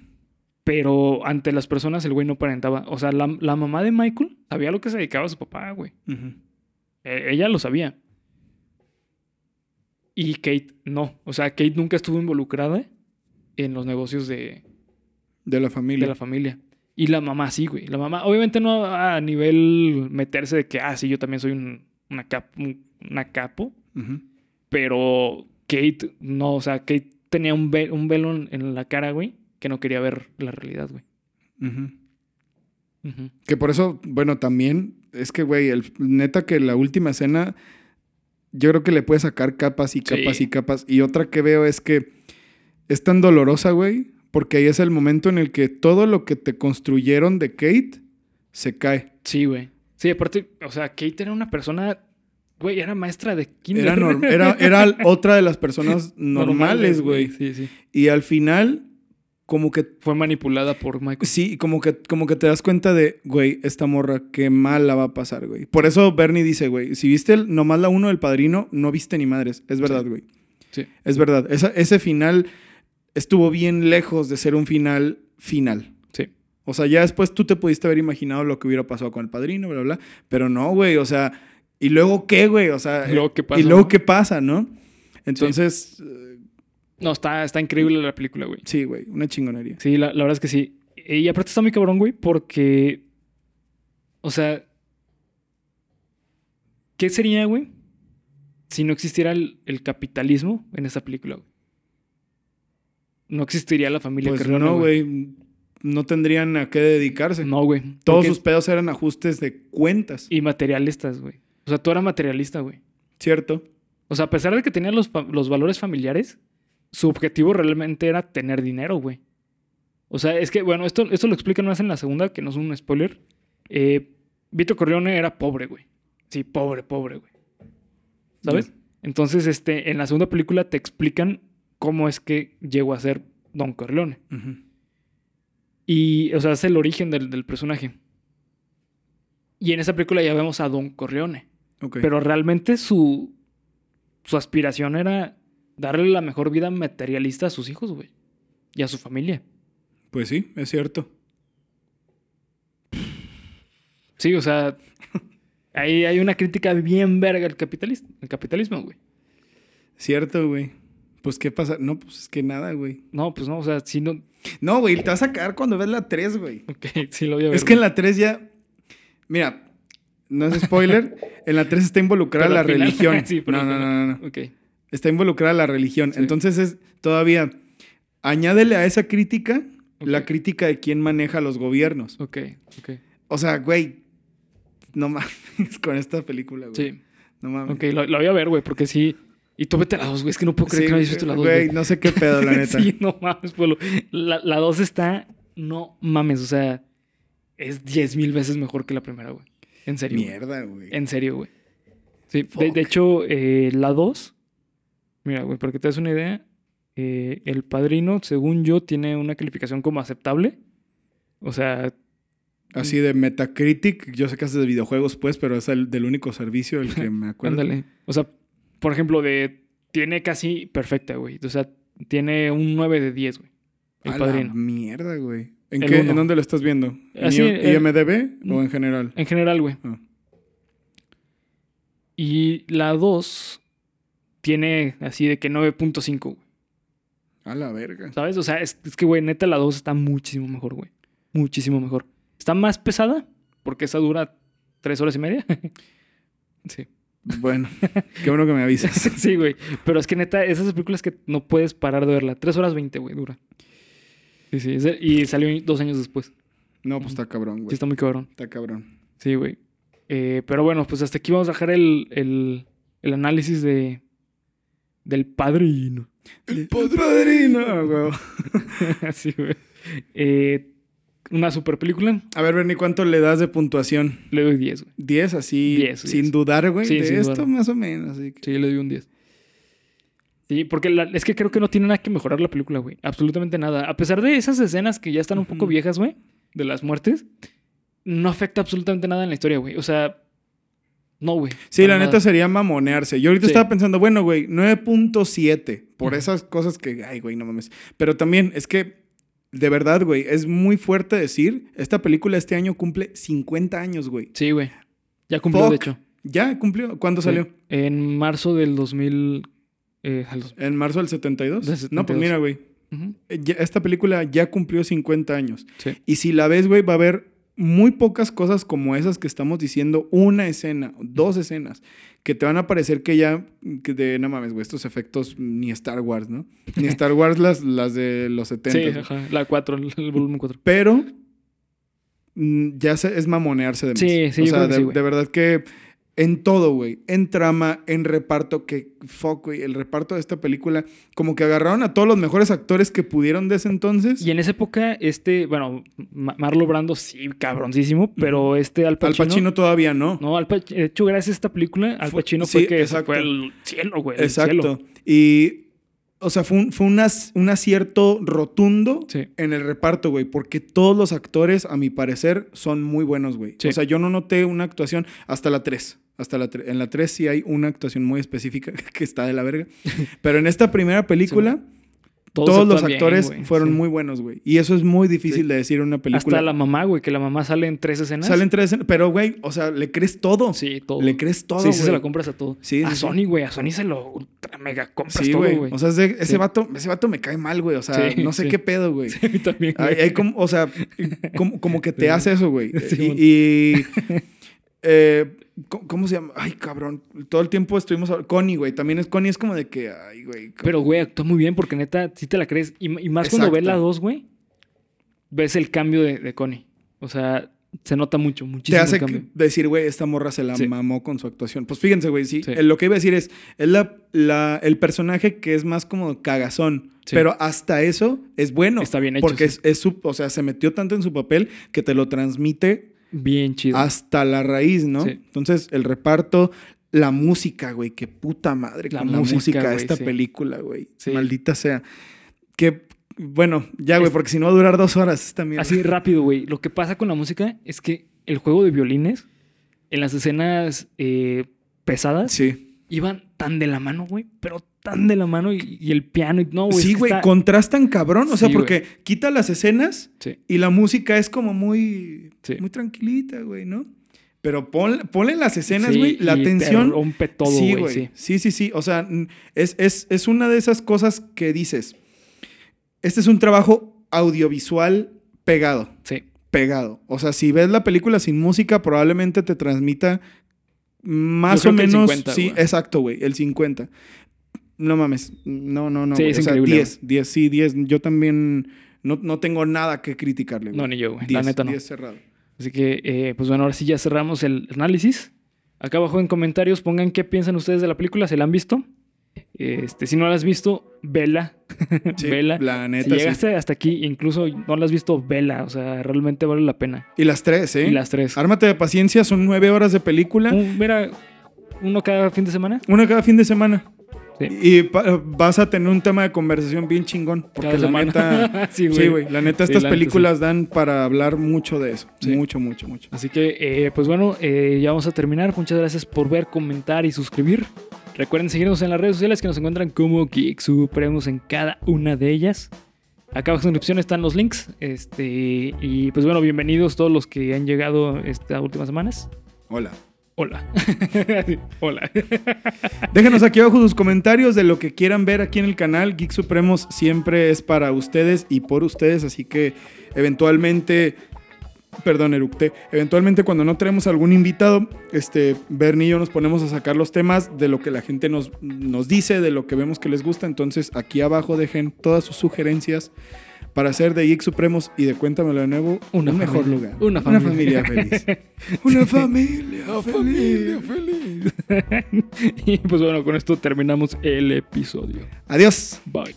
Speaker 1: pero ante las personas el güey no aparentaba. O sea, la, la mamá de Michael sabía a lo que se dedicaba a su papá, güey.
Speaker 2: Ujú.
Speaker 1: E- ella lo sabía. Y Kate no. O sea, Kate nunca estuvo involucrada en los negocios de,
Speaker 2: De la
Speaker 1: de
Speaker 2: familia.
Speaker 1: la familia. Y la mamá sí, güey. La mamá, obviamente no a nivel meterse de que, ah, sí, yo también soy un- una, cap- un- una capo,
Speaker 2: Ujú.
Speaker 1: pero Kate, no, o sea, Kate tenía un, ve- un velo en- en la cara, güey, que no quería ver la realidad, güey.
Speaker 2: Ujú.
Speaker 1: Ujú.
Speaker 2: Que por eso, bueno, también es que, güey, el, neta que la última escena, yo creo que le puede sacar capas y capas
Speaker 1: Sí.
Speaker 2: y capas. Y otra que veo es que es tan dolorosa, güey, porque ahí es el momento en el que todo lo que te construyeron de Kate se cae.
Speaker 1: Sí, güey. Sí, aparte, o sea, Kate era una persona, güey, era maestra de kinder.
Speaker 2: Era, norm- era, era otra de las personas normales, güey.
Speaker 1: Sí, sí.
Speaker 2: Y al final, como que
Speaker 1: Fue manipulada por Michael.
Speaker 2: Sí, como que, como que te das cuenta de, güey, esta morra, qué mal la va a pasar, güey. Por eso Bernie dice, güey, si viste el- nomás la uno del padrino, no viste ni madres. Es verdad,
Speaker 1: Sí.
Speaker 2: güey.
Speaker 1: Sí.
Speaker 2: Es verdad. Esa- ese final estuvo bien lejos de ser un final final.
Speaker 1: Sí.
Speaker 2: O sea, ya después tú te pudiste haber imaginado lo que hubiera pasado con el padrino, bla, bla. bla. Pero no, güey, o sea, ¿y luego qué, güey? O sea,
Speaker 1: ¿Y luego qué pasa,
Speaker 2: ¿y luego
Speaker 1: no?
Speaker 2: qué pasa, no? Entonces, eh,
Speaker 1: No, está, está increíble la película, güey.
Speaker 2: sí, güey, una chingonería.
Speaker 1: Sí, la, la verdad es que sí. Eh, Y aparte está muy cabrón, güey, porque. O sea. ¿Qué sería, güey? Si no existiera el, el capitalismo en esta película, güey. No existiría la familia
Speaker 2: Pues
Speaker 1: Corleone,
Speaker 2: no, güey, no tendrían a qué dedicarse.
Speaker 1: No, güey.
Speaker 2: Todos
Speaker 1: Porque-
Speaker 2: sus pedos eran ajustes de cuentas,
Speaker 1: Y materialistas, güey. O sea, tú eras materialista, güey.
Speaker 2: ¿cierto?
Speaker 1: O sea, a pesar de que tenía los, fa- los valores familiares, su objetivo realmente era tener dinero, güey. O sea, es que, bueno, esto, esto lo explican más en la segunda, que no es un spoiler. Eh, Vito Corleone era pobre, güey. Sí, pobre, pobre, güey. ¿Sabes? Entonces, este, en la segunda película te explican cómo es que llegó a ser Don Corleone.
Speaker 2: Ujú.
Speaker 1: Y, o sea, es el origen del, del personaje. Y en esa película ya vemos a Don Corleone.
Speaker 2: Ok.
Speaker 1: Pero realmente su, su aspiración era darle la mejor vida materialista a sus hijos, güey. Y a su familia.
Speaker 2: Pues sí, es cierto.
Speaker 1: Sí, o sea, ahí hay una crítica bien verga al capitalismo, el capitalismo, güey.
Speaker 2: Cierto, güey. Pues qué pasa. No, pues es que nada, güey.
Speaker 1: No, pues no, o sea, si no...
Speaker 2: No, güey, te vas a cagar cuando ves la 3, güey.
Speaker 1: Ok, sí lo voy a ver.
Speaker 2: Es que en la 3 ya. Mira, no es spoiler. en la 3 está involucrada
Speaker 1: Pero
Speaker 2: la
Speaker 1: al final-
Speaker 2: religión.
Speaker 1: sí, pero
Speaker 2: no,
Speaker 1: al
Speaker 2: no, no,
Speaker 1: final.
Speaker 2: no, no.
Speaker 1: Ok.
Speaker 2: Está involucrada la religión.
Speaker 1: Sí.
Speaker 2: Entonces es todavía. Añádele a esa crítica la
Speaker 1: Ok.
Speaker 2: crítica de quién maneja los gobiernos.
Speaker 1: Ok, ok.
Speaker 2: O sea, güey. No mames con esta película, güey.
Speaker 1: Sí.
Speaker 2: No mames.
Speaker 1: Ok, lo, lo voy a ver, güey, porque sí. Y tú vete a la 2, güey. Es que no puedo creer
Speaker 2: Sí,
Speaker 1: que no hayas visto la 2.
Speaker 2: güey, no sé qué pedo, la neta.
Speaker 1: sí, no mames, pueblo. La, la 2 está. No mames, o sea. Es 10 mil veces mejor que la primera, güey. En serio. güey.
Speaker 2: Mierda, güey.
Speaker 1: En serio, güey. Sí, de,
Speaker 2: Fuck.
Speaker 1: de hecho, eh, la 2. Mira, güey, para que te des una idea. eh, el padrino, según yo, tiene una calificación como aceptable. O sea,
Speaker 2: Así de Metacritic, yo sé que haces de videojuegos, pues, pero es el del único servicio del que me acuerdo.
Speaker 1: Ándale. O sea, por ejemplo, de tiene casi perfecta, güey. O sea, tiene un 9 de 10, güey. El
Speaker 2: A la
Speaker 1: padrino.
Speaker 2: mierda, güey. ¿En,
Speaker 1: El
Speaker 2: qué,
Speaker 1: uno.
Speaker 2: ¿En dónde lo estás viendo? ¿En
Speaker 1: Así,
Speaker 2: I-
Speaker 1: eh,
Speaker 2: IMDB o en general?
Speaker 1: En general, güey.
Speaker 2: Ah.
Speaker 1: Y la 2 tiene así de que 9.5, güey.
Speaker 2: A la verga.
Speaker 1: ¿Sabes? O sea, es, es que, güey, neta, la 2 está muchísimo mejor, güey. Muchísimo mejor. Está más pesada, porque esa dura 3 horas y media. sí.
Speaker 2: Bueno, qué bueno que me avisas.
Speaker 1: sí, güey. Pero es que neta, esas películas que no puedes parar de verla. 3 horas 20, güey, dura. Sí, sí. es de- Y salió dos años después.
Speaker 2: No, pues está cabrón,
Speaker 1: Sí,
Speaker 2: güey.
Speaker 1: está muy cabrón.
Speaker 2: Está cabrón.
Speaker 1: Sí, güey. Eh, pero bueno, pues hasta aquí vamos a dejar el, el, el análisis de del padrino.
Speaker 2: El podrino, güey.
Speaker 1: sí, güey. Eh, una super película,
Speaker 2: A ver, Bernie, ¿cuánto le das de puntuación?
Speaker 1: le doy 10, güey.
Speaker 2: ¿10 así?
Speaker 1: 10,
Speaker 2: sin
Speaker 1: 10.
Speaker 2: dudar, güey.
Speaker 1: Sí,
Speaker 2: de
Speaker 1: sin
Speaker 2: esto
Speaker 1: dudar.
Speaker 2: más o menos. así que-
Speaker 1: Sí, le doy un 10. Sí, porque la- es que creo que no tiene nada que mejorar la película, güey. Absolutamente nada. A pesar de esas escenas que ya están un poco
Speaker 2: Ujú.
Speaker 1: viejas, güey, de las muertes, no afecta absolutamente nada en la historia, güey. O sea, no, güey.
Speaker 2: Sí,
Speaker 1: para
Speaker 2: la
Speaker 1: nada.
Speaker 2: neta sería mamonearse. Yo ahorita
Speaker 1: Sí.
Speaker 2: estaba pensando, bueno, güey, 9.7 por
Speaker 1: Ujú.
Speaker 2: esas cosas que, ay, güey, no mames. Pero también es que, de verdad, güey, es muy fuerte decir, esta película este año cumple 50 años, güey.
Speaker 1: Sí, güey. Ya cumplió, de
Speaker 2: Fuck.
Speaker 1: hecho.
Speaker 2: Ya cumplió. ¿Cuándo
Speaker 1: Sí.
Speaker 2: salió?
Speaker 1: En marzo del 2000. eh, al dos-
Speaker 2: ¿En marzo del 72?
Speaker 1: Del
Speaker 2: No, pues
Speaker 1: 72.
Speaker 2: mira, güey,
Speaker 1: Ujú,
Speaker 2: eh, ya- esta película ya cumplió 50 años.
Speaker 1: Sí.
Speaker 2: Y si la ves, güey, va a haber muy pocas cosas como esas que estamos diciendo, una escena, dos escenas, que te van a parecer que ya, que de, no mames, güey, estos efectos ni Star Wars, ¿no? Ni Star Wars las, las de los 70.
Speaker 1: Sí,
Speaker 2: güey.
Speaker 1: ajá, la 4, el, el volumen 4.
Speaker 2: Pero mm, ya se- es mamonearse de más.
Speaker 1: Sí, sí,
Speaker 2: O
Speaker 1: yo
Speaker 2: sea,
Speaker 1: creo que
Speaker 2: de,
Speaker 1: sí, güey.
Speaker 2: de verdad que en todo, güey. En trama, en reparto, que fuck, güey. El reparto de esta película, como que agarraron a todos los mejores actores que pudieron de ese entonces.
Speaker 1: Y en esa época, este, bueno, Ma- Marlo Brando sí, cabroncísimo, pero este Al
Speaker 2: Al
Speaker 1: Pacino.
Speaker 2: Pacino todavía no.
Speaker 1: No, Al Pacino. De hecho, gracias a esta película, Al
Speaker 2: Fue-
Speaker 1: Pacino
Speaker 2: sí,
Speaker 1: fue que se
Speaker 2: exacto.
Speaker 1: fue al cielo, güey. al cielo.
Speaker 2: Exacto. Y, o sea, fue un, fue un as- un acierto rotundo
Speaker 1: Sí.
Speaker 2: en el reparto, güey, porque todos los actores, a mi parecer, son muy buenos, güey.
Speaker 1: Sí.
Speaker 2: O sea, yo no noté una actuación hasta la 3. Hasta la tre- en la 3 sí hay una actuación muy específica que está de la verga. Pero en esta primera película, todos, los
Speaker 1: actúan bien,
Speaker 2: actores
Speaker 1: güey,
Speaker 2: fueron
Speaker 1: sí.
Speaker 2: muy buenos, güey. Y eso es muy difícil de decir en una película.
Speaker 1: Hasta la mamá, güey, que la mamá sale en tres escenas.
Speaker 2: Salen tres, escenas, pero güey, o sea, le crees todo.
Speaker 1: Sí, todo.
Speaker 2: Le crees todo.
Speaker 1: sí, sí, se
Speaker 2: güey.
Speaker 1: la compras a todo.
Speaker 2: Sí,
Speaker 1: a
Speaker 2: sí, sí.
Speaker 1: Sony, güey, a Sony se lo ultra mega compras
Speaker 2: Sí,
Speaker 1: todo,
Speaker 2: güey.
Speaker 1: güey.
Speaker 2: O sea, es de- ese,
Speaker 1: Sí.
Speaker 2: vato, ese vato me cae mal, güey. O sea,
Speaker 1: Sí,
Speaker 2: no sé
Speaker 1: sí.
Speaker 2: qué pedo, güey.
Speaker 1: Sí, también.
Speaker 2: Hay- hay como, o sea, como, como que te
Speaker 1: Sí.
Speaker 2: hace eso, güey.
Speaker 1: Sí,
Speaker 2: y
Speaker 1: mon.
Speaker 2: y, eh, ¿cómo- ¿cómo se llama? Ay, cabrón. Todo el tiempo estuvimos... hablando- Connie, güey. También es Connie. Es como de que... Ay, güey.
Speaker 1: Pero, güey, actúa muy bien porque neta, sí te la crees. Y, y más cuando ves la
Speaker 2: Exacto.
Speaker 1: 2, güey, ves el cambio de, de Connie. O sea, se nota mucho,
Speaker 2: te
Speaker 1: muchísimo
Speaker 2: hace
Speaker 1: cambio.
Speaker 2: que- decir, güey, esta morra se la
Speaker 1: Sí.
Speaker 2: mamó con su actuación. Pues fíjense, güey, sí.
Speaker 1: Sí.
Speaker 2: eh, Lo que iba a decir es, es la, la- el personaje que es más como cagazón.
Speaker 1: Sí.
Speaker 2: Pero hasta eso es bueno.
Speaker 1: Está bien hecho,
Speaker 2: Porque
Speaker 1: sí.
Speaker 2: es, es su- o sea, se metió tanto en su papel que te lo transmite
Speaker 1: Bien chido.
Speaker 2: hasta la raíz, ¿no?
Speaker 1: Sí.
Speaker 2: Entonces, el reparto, La música, güey. Qué puta madre.
Speaker 1: La
Speaker 2: La música,
Speaker 1: música, güey,
Speaker 2: esta
Speaker 1: sí.
Speaker 2: película, güey.
Speaker 1: Sí.
Speaker 2: Maldita sea. Que, bueno, ya, güey, porque si no va a durar dos horas esta mierda.
Speaker 1: Así rápido, güey. Lo que pasa con la música es que el juego de violines en las escenas eh, pesadas
Speaker 2: Sí.
Speaker 1: iban tan de la mano, güey, pero tan de la mano y, y el piano y no, güey. es
Speaker 2: sí,
Speaker 1: que
Speaker 2: güey.
Speaker 1: está-
Speaker 2: Contrastan cabrón. O sea,
Speaker 1: Sí,
Speaker 2: porque quita las escenas
Speaker 1: Sí,
Speaker 2: y la música es como muy,
Speaker 1: Sí.
Speaker 2: muy tranquilita, güey, ¿no? Pero pon, ponle las escenas,
Speaker 1: Sí,
Speaker 2: güey. la
Speaker 1: y te
Speaker 2: tensión.
Speaker 1: rompe todo,
Speaker 2: sí,
Speaker 1: güey.
Speaker 2: güey.
Speaker 1: Sí,
Speaker 2: Sí, sí, sí. O sea, n- es, es, es una de esas cosas que dices. Este es un trabajo audiovisual pegado,
Speaker 1: sí.
Speaker 2: pegado. O sea, si ves la película sin música, probablemente te transmita más
Speaker 1: Yo creo
Speaker 2: o
Speaker 1: que el
Speaker 2: menos.
Speaker 1: 50,
Speaker 2: sí,
Speaker 1: güey.
Speaker 2: exacto, güey. El 50. No mames. No, no, no.
Speaker 1: Sí,
Speaker 2: güey.
Speaker 1: es
Speaker 2: o sea,
Speaker 1: increíble,
Speaker 2: 10, 10, sí, 10. Yo también no, no tengo nada que criticarle, güey.
Speaker 1: No, ni yo, güey. La
Speaker 2: 10,
Speaker 1: neta no.
Speaker 2: 10 cerrado.
Speaker 1: Así que, eh, pues bueno, ahora sí ya cerramos el análisis. Acá abajo en comentarios pongan qué piensan ustedes de la película, ¿se la han visto? Este, si no la has visto, vela.
Speaker 2: Sí,
Speaker 1: vela.
Speaker 2: La
Speaker 1: Si
Speaker 2: neta. sí.
Speaker 1: llegaste hasta aquí, incluso no la has visto, vela. O sea, realmente vale la pena.
Speaker 2: Y las tres, ¿eh?
Speaker 1: Y las tres.
Speaker 2: Ármate de paciencia, son nueve horas de película.
Speaker 1: Un- mira, uno cada fin de semana.
Speaker 2: Una cada fin de semana.
Speaker 1: Sí.
Speaker 2: Y pa- vas a tener un tema de conversación bien chingón. Porque
Speaker 1: Cada
Speaker 2: la
Speaker 1: semana.
Speaker 2: neta.
Speaker 1: Sí, güey.
Speaker 2: sí, güey. La neta,
Speaker 1: Sí,
Speaker 2: estas
Speaker 1: la neta,
Speaker 2: películas dan para hablar mucho de eso.
Speaker 1: Sí.
Speaker 2: Mucho, mucho, mucho.
Speaker 1: Así que, eh, pues bueno, eh, ya vamos a terminar. Muchas gracias por ver, comentar y suscribir. Recuerden seguirnos en las redes sociales que nos encuentran como Geek Supremos en cada una de ellas. Acá abajo en la descripción están los links. Este, y pues bueno, bienvenidos todos los que han llegado estas últimas semanas.
Speaker 2: Hola.
Speaker 1: Hola. Hola.
Speaker 2: Déjanos aquí abajo sus comentarios de lo que quieran ver aquí en el canal. Geek Supremos siempre es para ustedes y por ustedes. Así que eventualmente. Perdón, eructé. Eventualmente, cuando no tenemos algún invitado, este, Bernie y yo nos ponemos a sacar los temas de lo que la gente nos, nos dice, de lo que vemos que les gusta. Entonces, aquí abajo dejen todas sus sugerencias para hacer de Geek Supremos y de Cuéntamelo de nuevo
Speaker 1: Una
Speaker 2: un mejor
Speaker 1: familia.
Speaker 2: lugar.
Speaker 1: Una familia.
Speaker 2: feliz. Una familia feliz.
Speaker 1: y pues bueno, con esto terminamos el episodio.
Speaker 2: Adiós.
Speaker 1: Bye.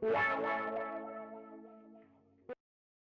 Speaker 3: Wow.